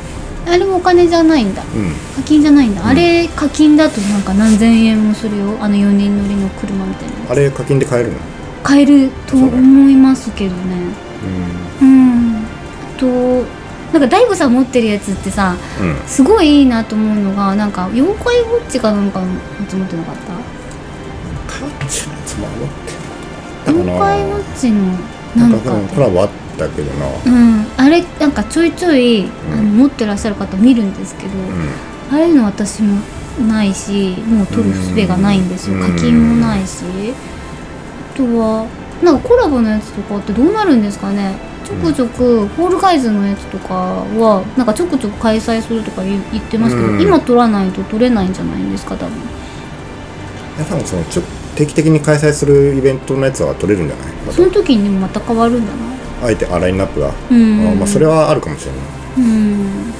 S1: あれもお金じゃないんだ。
S2: うん
S1: 課金じゃないんだ、あれ課金だとなんか何千円もするよあの4人乗りの車みたいな
S2: あれ課金で買えるの
S1: 買えると思いますけどねうんあとなんか DAIGO さん持ってるやつってさ
S2: うんうん
S1: すごいいいなと思うのがなんか妖怪ウォッチかなんかのやつ持ってなかった
S2: 買ってないやつもあるだから
S1: 妖怪ウォッチのな
S2: なん
S1: ん
S2: かこの
S1: か
S2: コラボあったけどなう
S1: うんあれなんかちょいちょい、あの
S2: うん
S1: 持ってらっしゃる方見るんですけど、
S2: ん
S1: あれの私もないしもう取る術がないんですよ
S2: うん
S1: 課金もないしあとはなんかコラボのやつとかってどうなるんですかねちょくちょくホールガイズのやつとかはなんかちょくちょく開催するとか言言ってますけど、
S2: うん
S1: 今取らないと取れないんじゃないんですか多分
S2: 皆さんもそのちょ定期的に開催するイベントのやつは取れるんじゃないま
S1: その時にでもまた変わるんだな
S2: たあえてあラインナップが、
S1: うん
S2: あまあそれはあるかもしれない
S1: うん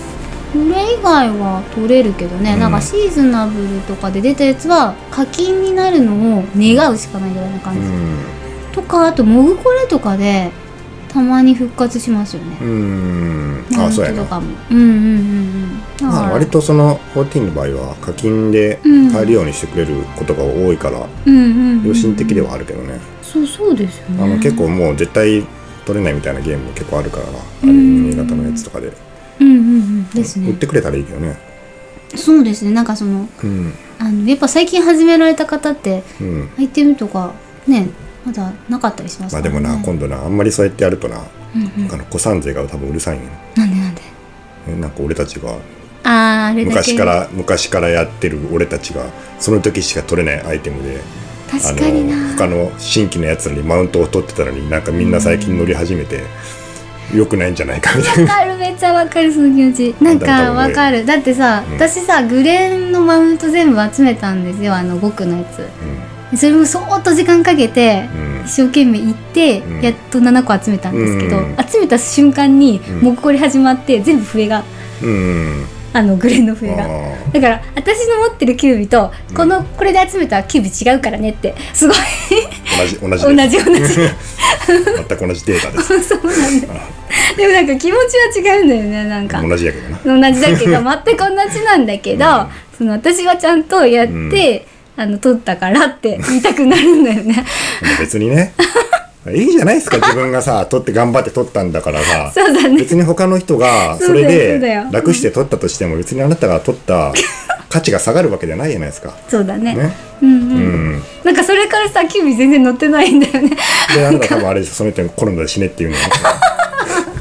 S1: これ以外は取れるけどね、
S2: うん
S1: なんかシーズナブルとかで出たやつは課金になるのを願うしかないぐらいな感
S2: う
S1: じ、
S2: ん
S1: とかあとモグコレとかでたまに復活しますよね。
S2: うん
S1: マウン
S2: あ
S1: ト
S2: そうやな
S1: とかも。うんうんうんうん。だから
S2: まあ、割とその14の場合は課金で
S1: うん
S2: 買えるようにしてくれることが多いから
S1: うんうんうん
S2: 良心的ではあるけどね、
S1: そうそうですよね。
S2: あの結構もう絶対取れないみたいなゲームも結構あるからな、ああいううん新潟のやつとかで、
S1: うんうんうんです
S2: 売っ
S1: ね。
S2: てくれたらいいけどね
S1: そうですねなんかその
S2: うん
S1: あのやっぱ最近始められた方って
S2: うん
S1: アイテムとかねまだなかったりします
S2: まあ
S1: か
S2: で
S1: らね
S2: もな今度なあんまりそうやってやるとな、
S1: うんうん
S2: あの古参勢が多分うるさいんよ
S1: なんでなんで
S2: えなんか俺たちが
S1: あーあれだけ
S2: 昔から昔からやってる俺たちがその時しか取れないアイテムであ
S1: 確かに
S2: の
S1: な
S2: 他の新規のやつらにマウントを取ってたのになんかみんな最近乗り始めて、良くないんじゃないかみたい
S1: わかるめっちゃわかるその気持ちなんかわかるだってさ、
S2: うん
S1: 私さグレンのマウント全部集めたんですよあの5区のやつ
S2: な、
S1: それも相当時間かけて、
S2: うんうん
S1: 一生懸命行って、
S2: うん
S1: やっと7個集めたんですけど、
S2: うん
S1: 集めた瞬間に、
S2: うん
S1: もうこれ始まって全部笛が
S2: うん、
S1: あのグレンの笛
S2: あ
S1: が。だから私の持ってるキュービとこの、これで集めたキュービ違うからねってす ごい
S2: あ同じ同じ
S1: 同
S2: で
S1: じ同じ
S2: す全く同じデータです
S1: そう なんだでもなんか気持ちは違うんだよねなんか
S2: 同じやけどな
S1: 同じだけ ど全く同じなんだけど、その私はちゃんとやって、あの取ったからって言いたくなるんだよね
S2: でも別にねいいじゃないですか自分がさ取って頑張って取ったんだからさ
S1: そうだね
S2: 別に他の人が
S1: そ
S2: そう
S1: だ
S2: れ
S1: よそうだよ
S2: で楽して取ったとしても別にあなたが取った価値が下がるわけじゃないじゃないですか。
S1: そうだね
S2: ね、
S1: うん
S2: う
S1: うん、
S2: ん、
S1: なんかそれからさキュービ全然乗ってないんだよね
S2: であなた多分あれでしょその人にコロナで死ねっていうのは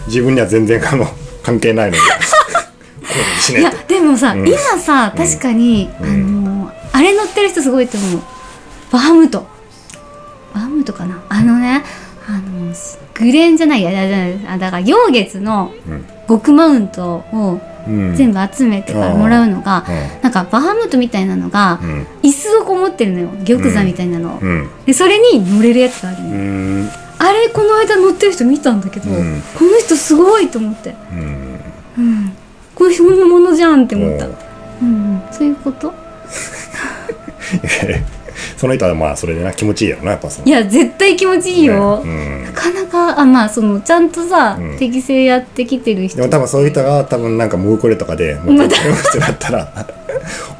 S2: 自分には全然あの関係ないのにコロナで死
S1: い
S2: ね
S1: や
S2: って
S1: でもさ、
S2: うん
S1: 今さ確かに、あのあれ乗ってる人すごいと思うバハムトバハムトかなあのねあのグレーンじゃないやだだだから陽月の
S2: うん
S1: 極マウントを
S2: うん
S1: 全部集めてからもらうのが、
S2: う
S1: なんかバハムトみたいなのが、
S2: ん
S1: 椅子をこう持ってるのよ玉座みたいなのを、
S2: うん
S1: でそれに乗れるやつがあるの
S2: う
S1: よ、
S2: ん
S1: あれこの間乗ってる人見たんだけど、
S2: うん
S1: この人すごいと思って、
S2: うん
S1: うん、これ本物じゃんって
S2: も
S1: 思った、
S2: う
S1: うんうん、そういうこと
S2: その人はまあそれでな気持ちいいやろなやっぱその
S1: いや絶対気持ちいいよ、
S2: ねうん
S1: なかなかあまあそのちゃんとさ、
S2: うん
S1: 適正やってきてる人
S2: でも多分そういう人が多分なんかムーコレとかでもう取ってましてなったら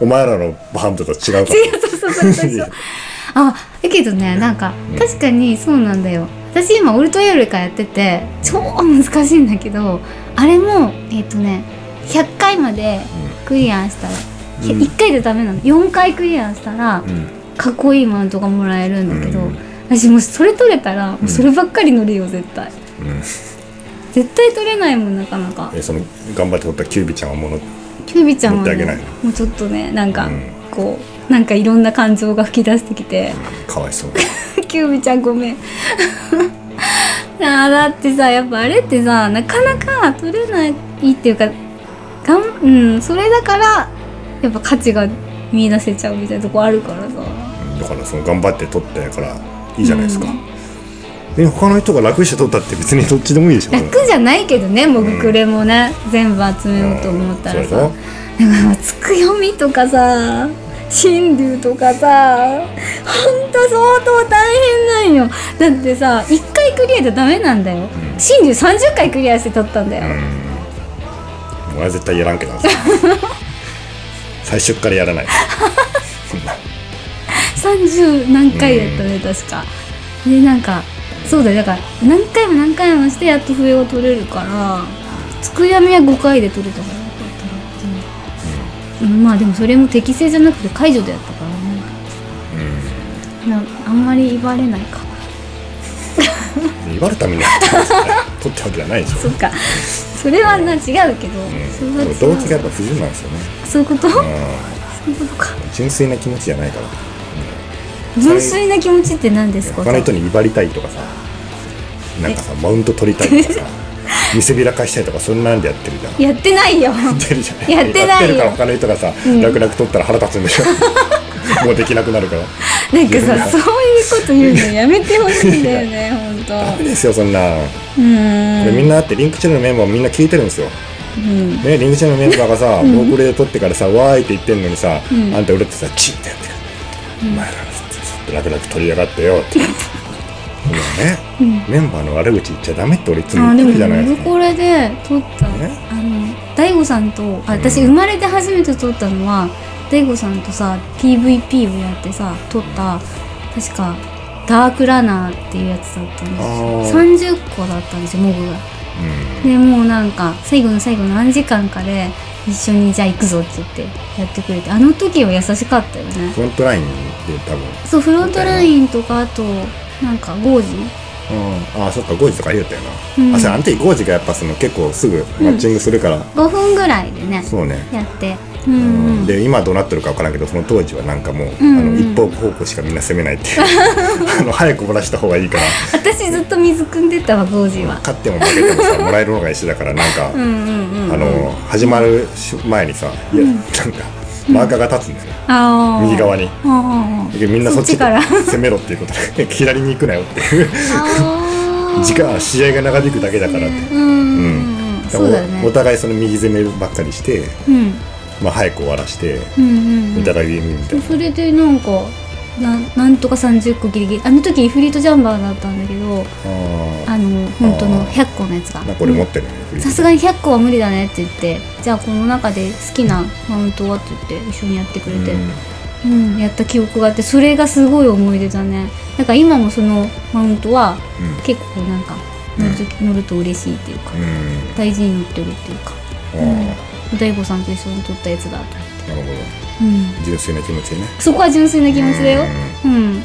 S2: お前らのバハムトと違うから
S1: 違うそうそうそうそう あだけどねなんか
S2: うん
S1: 確かにそうなんだよ私今オルトエールからやってて超難しいんだけどあれもえっ、とね100回までクリアしたら、ひ
S2: うん
S1: 1回でダメなの4回クリアしたら
S2: うん
S1: かっこいいマウントがもらえるんだけど、
S2: うん
S1: 私もうそれ取れたらもうそればっかり乗るよ絶対
S2: うん
S1: 絶対取れないもんなかなか
S2: えその頑張っておったキュービちゃんはもの
S1: キュービちゃんは、
S2: 乗ってあげない
S1: ね、もうちょっとねなんか、
S2: うん
S1: こうなんかいろんな感情が吹き出してきて。
S2: かわいそう
S1: キュービちゃんごめんあーだってさやっぱあれってさなかなか取れないっていうかがんうんそれだからやっぱ価値が見出せちゃうみたいなとこあるからさ
S2: だからその頑張って取ったやからいいじゃないですか、え他の人が楽して取ったって別にどっちでもいいでしょ
S1: 楽じゃないけどねもぐくれもね、全部集めようと思ったらさ、
S2: うん
S1: だからつくよみとかさ神龍とかさほんと相当大変なんよだってさ1回クリアじゃダメなんだよ神龍30回クリアして取ったんだよ、
S2: うん俺は絶対やらんけど な最初っからやらないそんな
S1: 30何回やったね、確かでなんかそうだよだから何回も何回もしてやっと笛を取れるからつくやみは5回で取れたからよかったなうんまあでもそれも適正じゃなくて解除でやったからねなあんまり言われないか
S2: 言われたみんな やってますから取ったわけじゃないでしょ
S1: そっかそれはな違うけど、それは
S2: うん
S1: 違う
S2: 動機がやっぱ不純なんですよね、
S1: そういうこと、そう
S2: う
S1: いうことか
S2: ん、純粋な気持ちじゃないから
S1: 純粋な気持ちって何ですか
S2: 他の人に威張りたいとかさなんかさマウント取りたいとかさ見せびらかしたいとかそんなんでやってるじゃん
S1: やってない よ
S2: やってるじゃん
S1: やってないよ
S2: やってるから他の人がさ、楽々取ったら腹立つんで しょもうできなくなるから
S1: なんかさそういうこと言うのやめてほしいんだよねほ んと
S2: ダメですよそんな、
S1: うー
S2: こ
S1: ん
S2: れみんなだってリンクチェルのメンバーもみんな聞いてるんですよ、
S1: うん
S2: ね、リンクチェルのメンバーがさボークレで取ってからさわーいって言ってんのにさ、あんた俺ってさチンってやってる、お前らがさちょっと楽々取りやがってよってそんなね、メンバーの悪口言っちゃダメって俺いつも
S1: あ
S2: 言っ
S1: でも
S2: てるじゃないです
S1: 僕
S2: か
S1: これで撮った
S2: ね
S1: あの大悟さんとあ私生まれて初めて撮ったのは大悟さんとさ PVP をやってさ撮った確かダークラナーっていうやつだったんですよ30個だったんですよモブが。でもうなんか最後の最後何時間かで一緒にじゃあ行くぞって言ってやってくれてあの時は優しかったよね
S2: フロントラインで多分
S1: そうフロントラインとかあとなんかゴージ
S2: うん、ああそっか5時とか言うたよな、
S1: うん
S2: あそれあの時5時がやっぱその結構すぐマッチングするから、
S1: 5分ぐらいでね
S2: そうね、
S1: やってうん、うん、
S2: で今どうなってるか分からんけどその当時はなんかもう、
S1: ん
S2: あの一方方向しかみんな攻めないっていう あの早く漏らした方がいいから
S1: 私ずっと水汲んでたわゴージは
S2: 勝っても負けてもさもらえるのが一緒だからなんか、
S1: うんうんうん
S2: あの始まる前にさ、いやなんかマーカーが立つんですよ、
S1: あー
S2: 右側に。
S1: あーあー
S2: でみんなそっ
S1: そっ
S2: ち
S1: ち から
S2: 攻めろっていうことで 左に行くなよっていう
S1: あー
S2: 時間試合が長引くだけだからって
S1: うんうんうんそうだよね
S2: おお互いその右攻めばっかりして、
S1: うん
S2: まあ、早く終わらして、
S1: うんうんう
S2: お
S1: ん
S2: 互いウィンウィンみたい
S1: それでなんかなんなんとか30個ギリギリあの時イフリートジャンバーだったんだけど
S2: なあ
S1: あの本当
S2: あ
S1: の
S2: ー
S1: 100個のやつが
S2: あなんかこれ持ってるね
S1: さすがに100個は無理だねって言ってじゃあこの中で好きなマウントはって言って一緒にやってくれて、うんやった記憶があってそれがすごい思い出だねだから今もそのマウントは
S2: うん
S1: 結構なんか乗る,、乗ると嬉しいっていうか、
S2: うん、うん
S1: 大事に乗ってるっていうか
S2: ああ
S1: 大悟さんと一緒に撮ったやつだと、
S2: なるほど
S1: うん、
S2: 純粋な気持ちね
S1: そこは純粋な気持ちだようん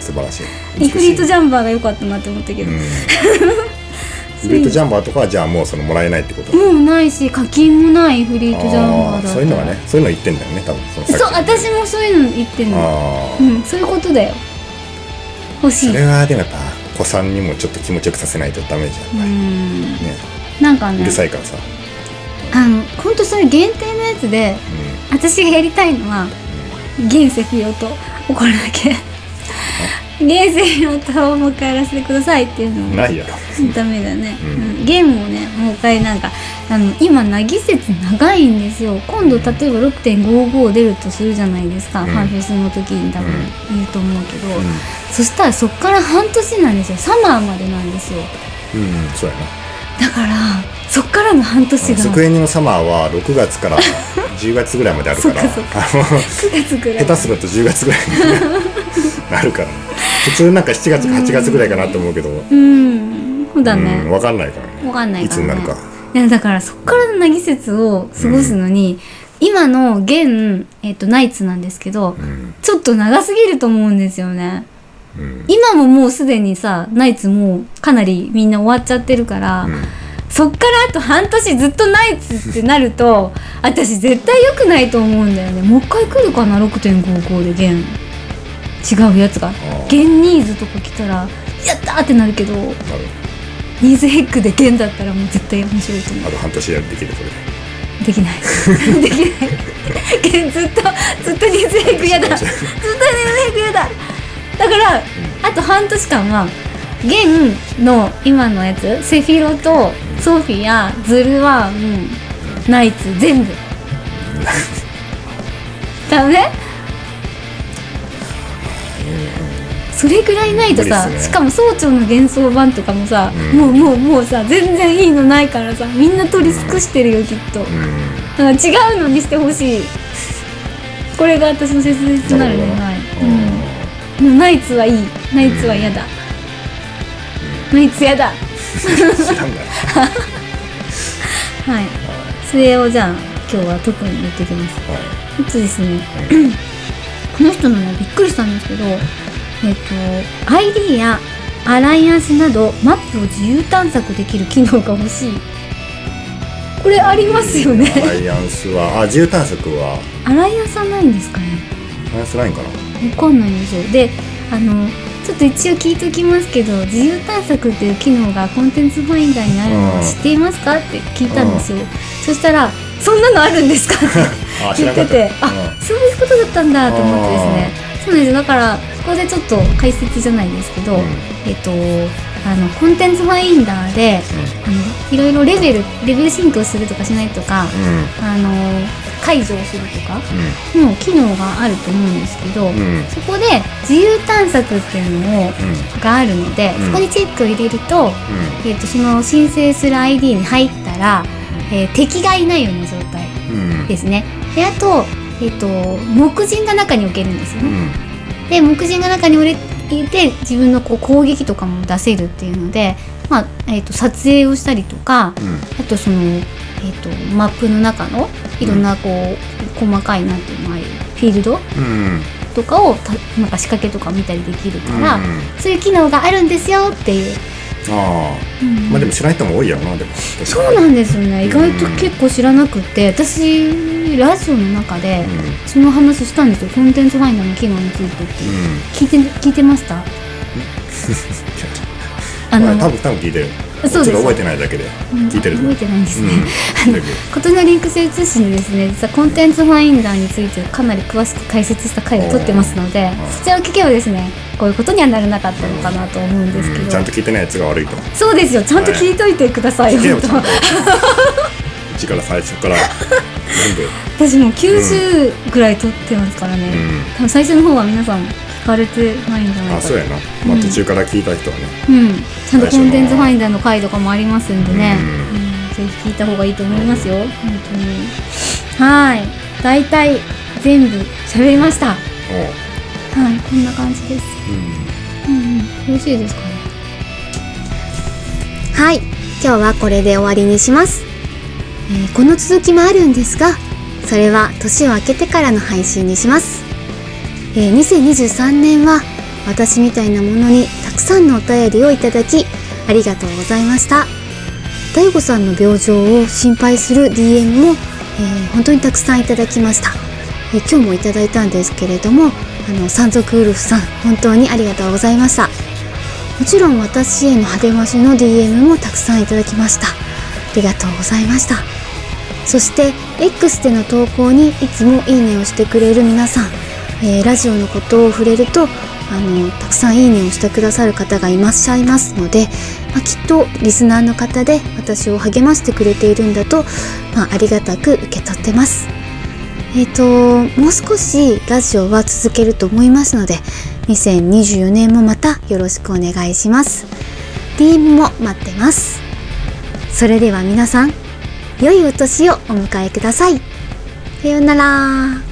S2: 素晴らしい
S1: イフリートジ
S2: ャ
S1: ャンバーが良かったなって思ったけど、
S2: イフリートジャンバーとかはじゃあもうそのもらえないってこと
S1: もうないし課金もないイフリートジャンバーだ
S2: あ
S1: った
S2: ーそういうのはねそういうの言ってんだよね多分その
S1: そう
S2: さっき
S1: 私もそういうの言ってんの
S2: あ
S1: う
S2: あ
S1: んそういうことだよ欲し
S2: そ
S1: い
S2: れはでもやっぱ子さんにもちょっと気持ちよくさせないとダメじゃん
S1: うん
S2: ね
S1: なんか
S2: う
S1: ね
S2: るさいからさ
S1: あの本当そういう限定のやつで
S2: う
S1: 私がやりたいのは原石用と怒るだけ原石用ともう一回やらせてくださいっていうの
S2: ん
S1: を
S2: ないやろ
S1: ダメだね、
S2: うん
S1: うん、ゲームをねもう一回なんかあの今な季節長いんですよ今度例えば6.55出るとするじゃないですか、
S2: うん
S1: ファンフェスの時に多分
S2: う
S1: 言うと思うけど、
S2: うん
S1: そしたらそっから半年なんですよサマーまでなんですよ
S2: うんそうやな
S1: だからそっからの半年が
S2: スクエニのサマーは6月から10月ぐらいまであるからあ
S1: そっかそっ
S2: の
S1: 9月ぐら
S2: 下
S1: い
S2: 手すると10月ぐらいになるからね普通なんか7月か8月ぐらいかなと思うけどう
S1: うんそうだね、
S2: んわかんないからね
S1: わかんない
S2: い
S1: か
S2: つ
S1: ら、ね、
S2: になるか
S1: いやだからそっからのな季節を過ごすのに、今の現、えっとナイツなんですけど、
S2: うん
S1: ちょっと長すぎると思うんですよね
S2: うん
S1: 今ももうすでにさナイツもうかなりみんな終わっちゃってるから、
S2: うん
S1: そっからあと半年ずっとナイツってなると私絶対良くないと思うんだよねもう一回来るかな6.55で現違うやつが
S2: ー
S1: 現ニーズとか来たらやったーってなるけど
S2: なる
S1: ニーズヘックで現だったらもう絶対面白いと思う
S2: あと半年やるできるこれで
S1: できない できないずっとずっとニーズヘイク嫌 だずっとニーズヘイク嫌だだからあと半年間は現の今のやつセフィロとソフィアズルワンナイツ全 部ダメそれぐらいないとさ、
S2: 無理っすね
S1: しかも総長の幻想版とかもさ、
S2: うん
S1: もうもうもうさ全然いいのないからさみんな取り尽くしてるよきっと、
S2: うん
S1: なんか違うのにしてほしいこれが私の切実なる願いうん、もうナイツはいいナイツは嫌だ、ナイツ嫌だは
S2: うん 知らんがな
S1: いそれをじゃあ今日は特に言ってきます
S2: は
S1: あとですねこの人のねびっくりしたんですけどえっ、と ID やアライアンスなどマップを自由探索できる機能が欲しいこれありますよね
S2: いアライアンスはあ自由探索は
S1: アライアンスはないんですかね
S2: アライアンスラインかな
S1: わかんないんですよであのちょっと一応聞いておきますけど自由探索っていう機能がコンテンツファインダーにあるの
S2: う
S1: を
S2: ん
S1: 知っていますかって聞いたんですよそしたら「そんなのあるんですか?」って
S2: あ知
S1: 言
S2: ら
S1: っ
S2: んか
S1: て
S2: ってた
S1: あそういうことだったんだと思ってですねそうなんですだからここでちょっと解説じゃないですけど、
S2: うん
S1: えっとあのコンテンツファインダーであのいろいろレベルレベルシンクをするとかしないとか、
S2: うんうん
S1: あの解除をするとかの機能があると思うんですけど、
S2: うんうん
S1: そこで自由探索っていうのを
S2: うん
S1: があるので、
S2: うん
S1: そこにチェックを入れると,、
S2: う
S1: えー、とその申請する ID に入ったら、えー敵がいないような状態
S2: んうん
S1: ですね。であと,、えー、と目人が中に置けるんですよ
S2: う
S1: ね。
S2: ん
S1: で目人が中に置れで自分のこう攻撃とかも出せるっていうので、まあえー、と撮影をしたりとか、あとその、えー、とマップの中のいろんなこう、細かいなんていうのああいうフィールド
S2: うん
S1: とかをたなんか仕掛けとか見たりできるから、
S2: うん
S1: そういう機能があるんですよっていう、
S2: ああまあでも知らない人も多いやろなでも
S1: そうなんですよね
S2: うん
S1: 意外と結構知らなくて私ラジオの中で
S2: うん
S1: その話したんですよコンテンツファインダーの機能についてっていう
S2: うん
S1: 聞いて聞いてましたあ
S2: あ
S1: の、
S2: の多分多分聞いてる
S1: そうです
S2: ちょっと覚えてないだけで聞いてる
S1: 覚
S2: と思
S1: え
S2: う
S1: てないです
S2: う
S1: ね、
S2: んだけど
S1: ことのリンク性通信でですね実はコンテンツファインダーについてかなり詳しく解説した回を取ってますので
S2: おー
S1: そちらを聞けばですねこういうことにはならなかったのかなと思うんですけど、
S2: うんちゃんと聞いてないやつが悪いと
S1: そうですよちゃんと聞いといてください、
S2: 聞けよ
S1: 本
S2: ち
S1: 当
S2: ゃんと一から最初から全部
S1: 私もう90ぐらい取ってますからね、
S2: うん
S1: 多分最初の方は皆さん聞かれてないんじゃないか
S2: あ
S1: と
S2: そうやなまあ
S1: うん
S2: 途中から聞いた人はね
S1: うん、ちゃんとコンテンツファインダーの回とかもありますんでね、
S2: う
S1: うん、ぜひ聞いた方がいいと思いますよ、本当にはい大体全部喋りました
S2: おう
S1: はいこんな感じです
S2: うん
S1: うんうんよろしいですかね
S3: はい今日はこれで終わりにします、えーこの続きもあるんですがそれは年を明けてからの配信にします、えー2023年は私みたいなものにたくさんのお便りをいただきありがとうございました大悟さんの病状を心配する DM も、えー本当にたくさんいただきました、えー今日もいただいたんですけれどもあの山賊ウルフさん本当にありがとうございましたもちろん私への励ましの DM もたくさんいただきましたありがとうございましたそして X での投稿にいつもいいねをしてくれる皆さん、えーラジオのことを触れるとあのたくさんいいねをしてくださる方がいらっしゃいますので、まあ、きっとリスナーの方で私を励ましてくれているんだと、まあ、ありがたく受け取ってますえっ、ともう少しラジオは続けると思いますので2024年もまたよろしくお願いします DM も待ってますそれでは皆さん良いお年をお迎えくださいさようなら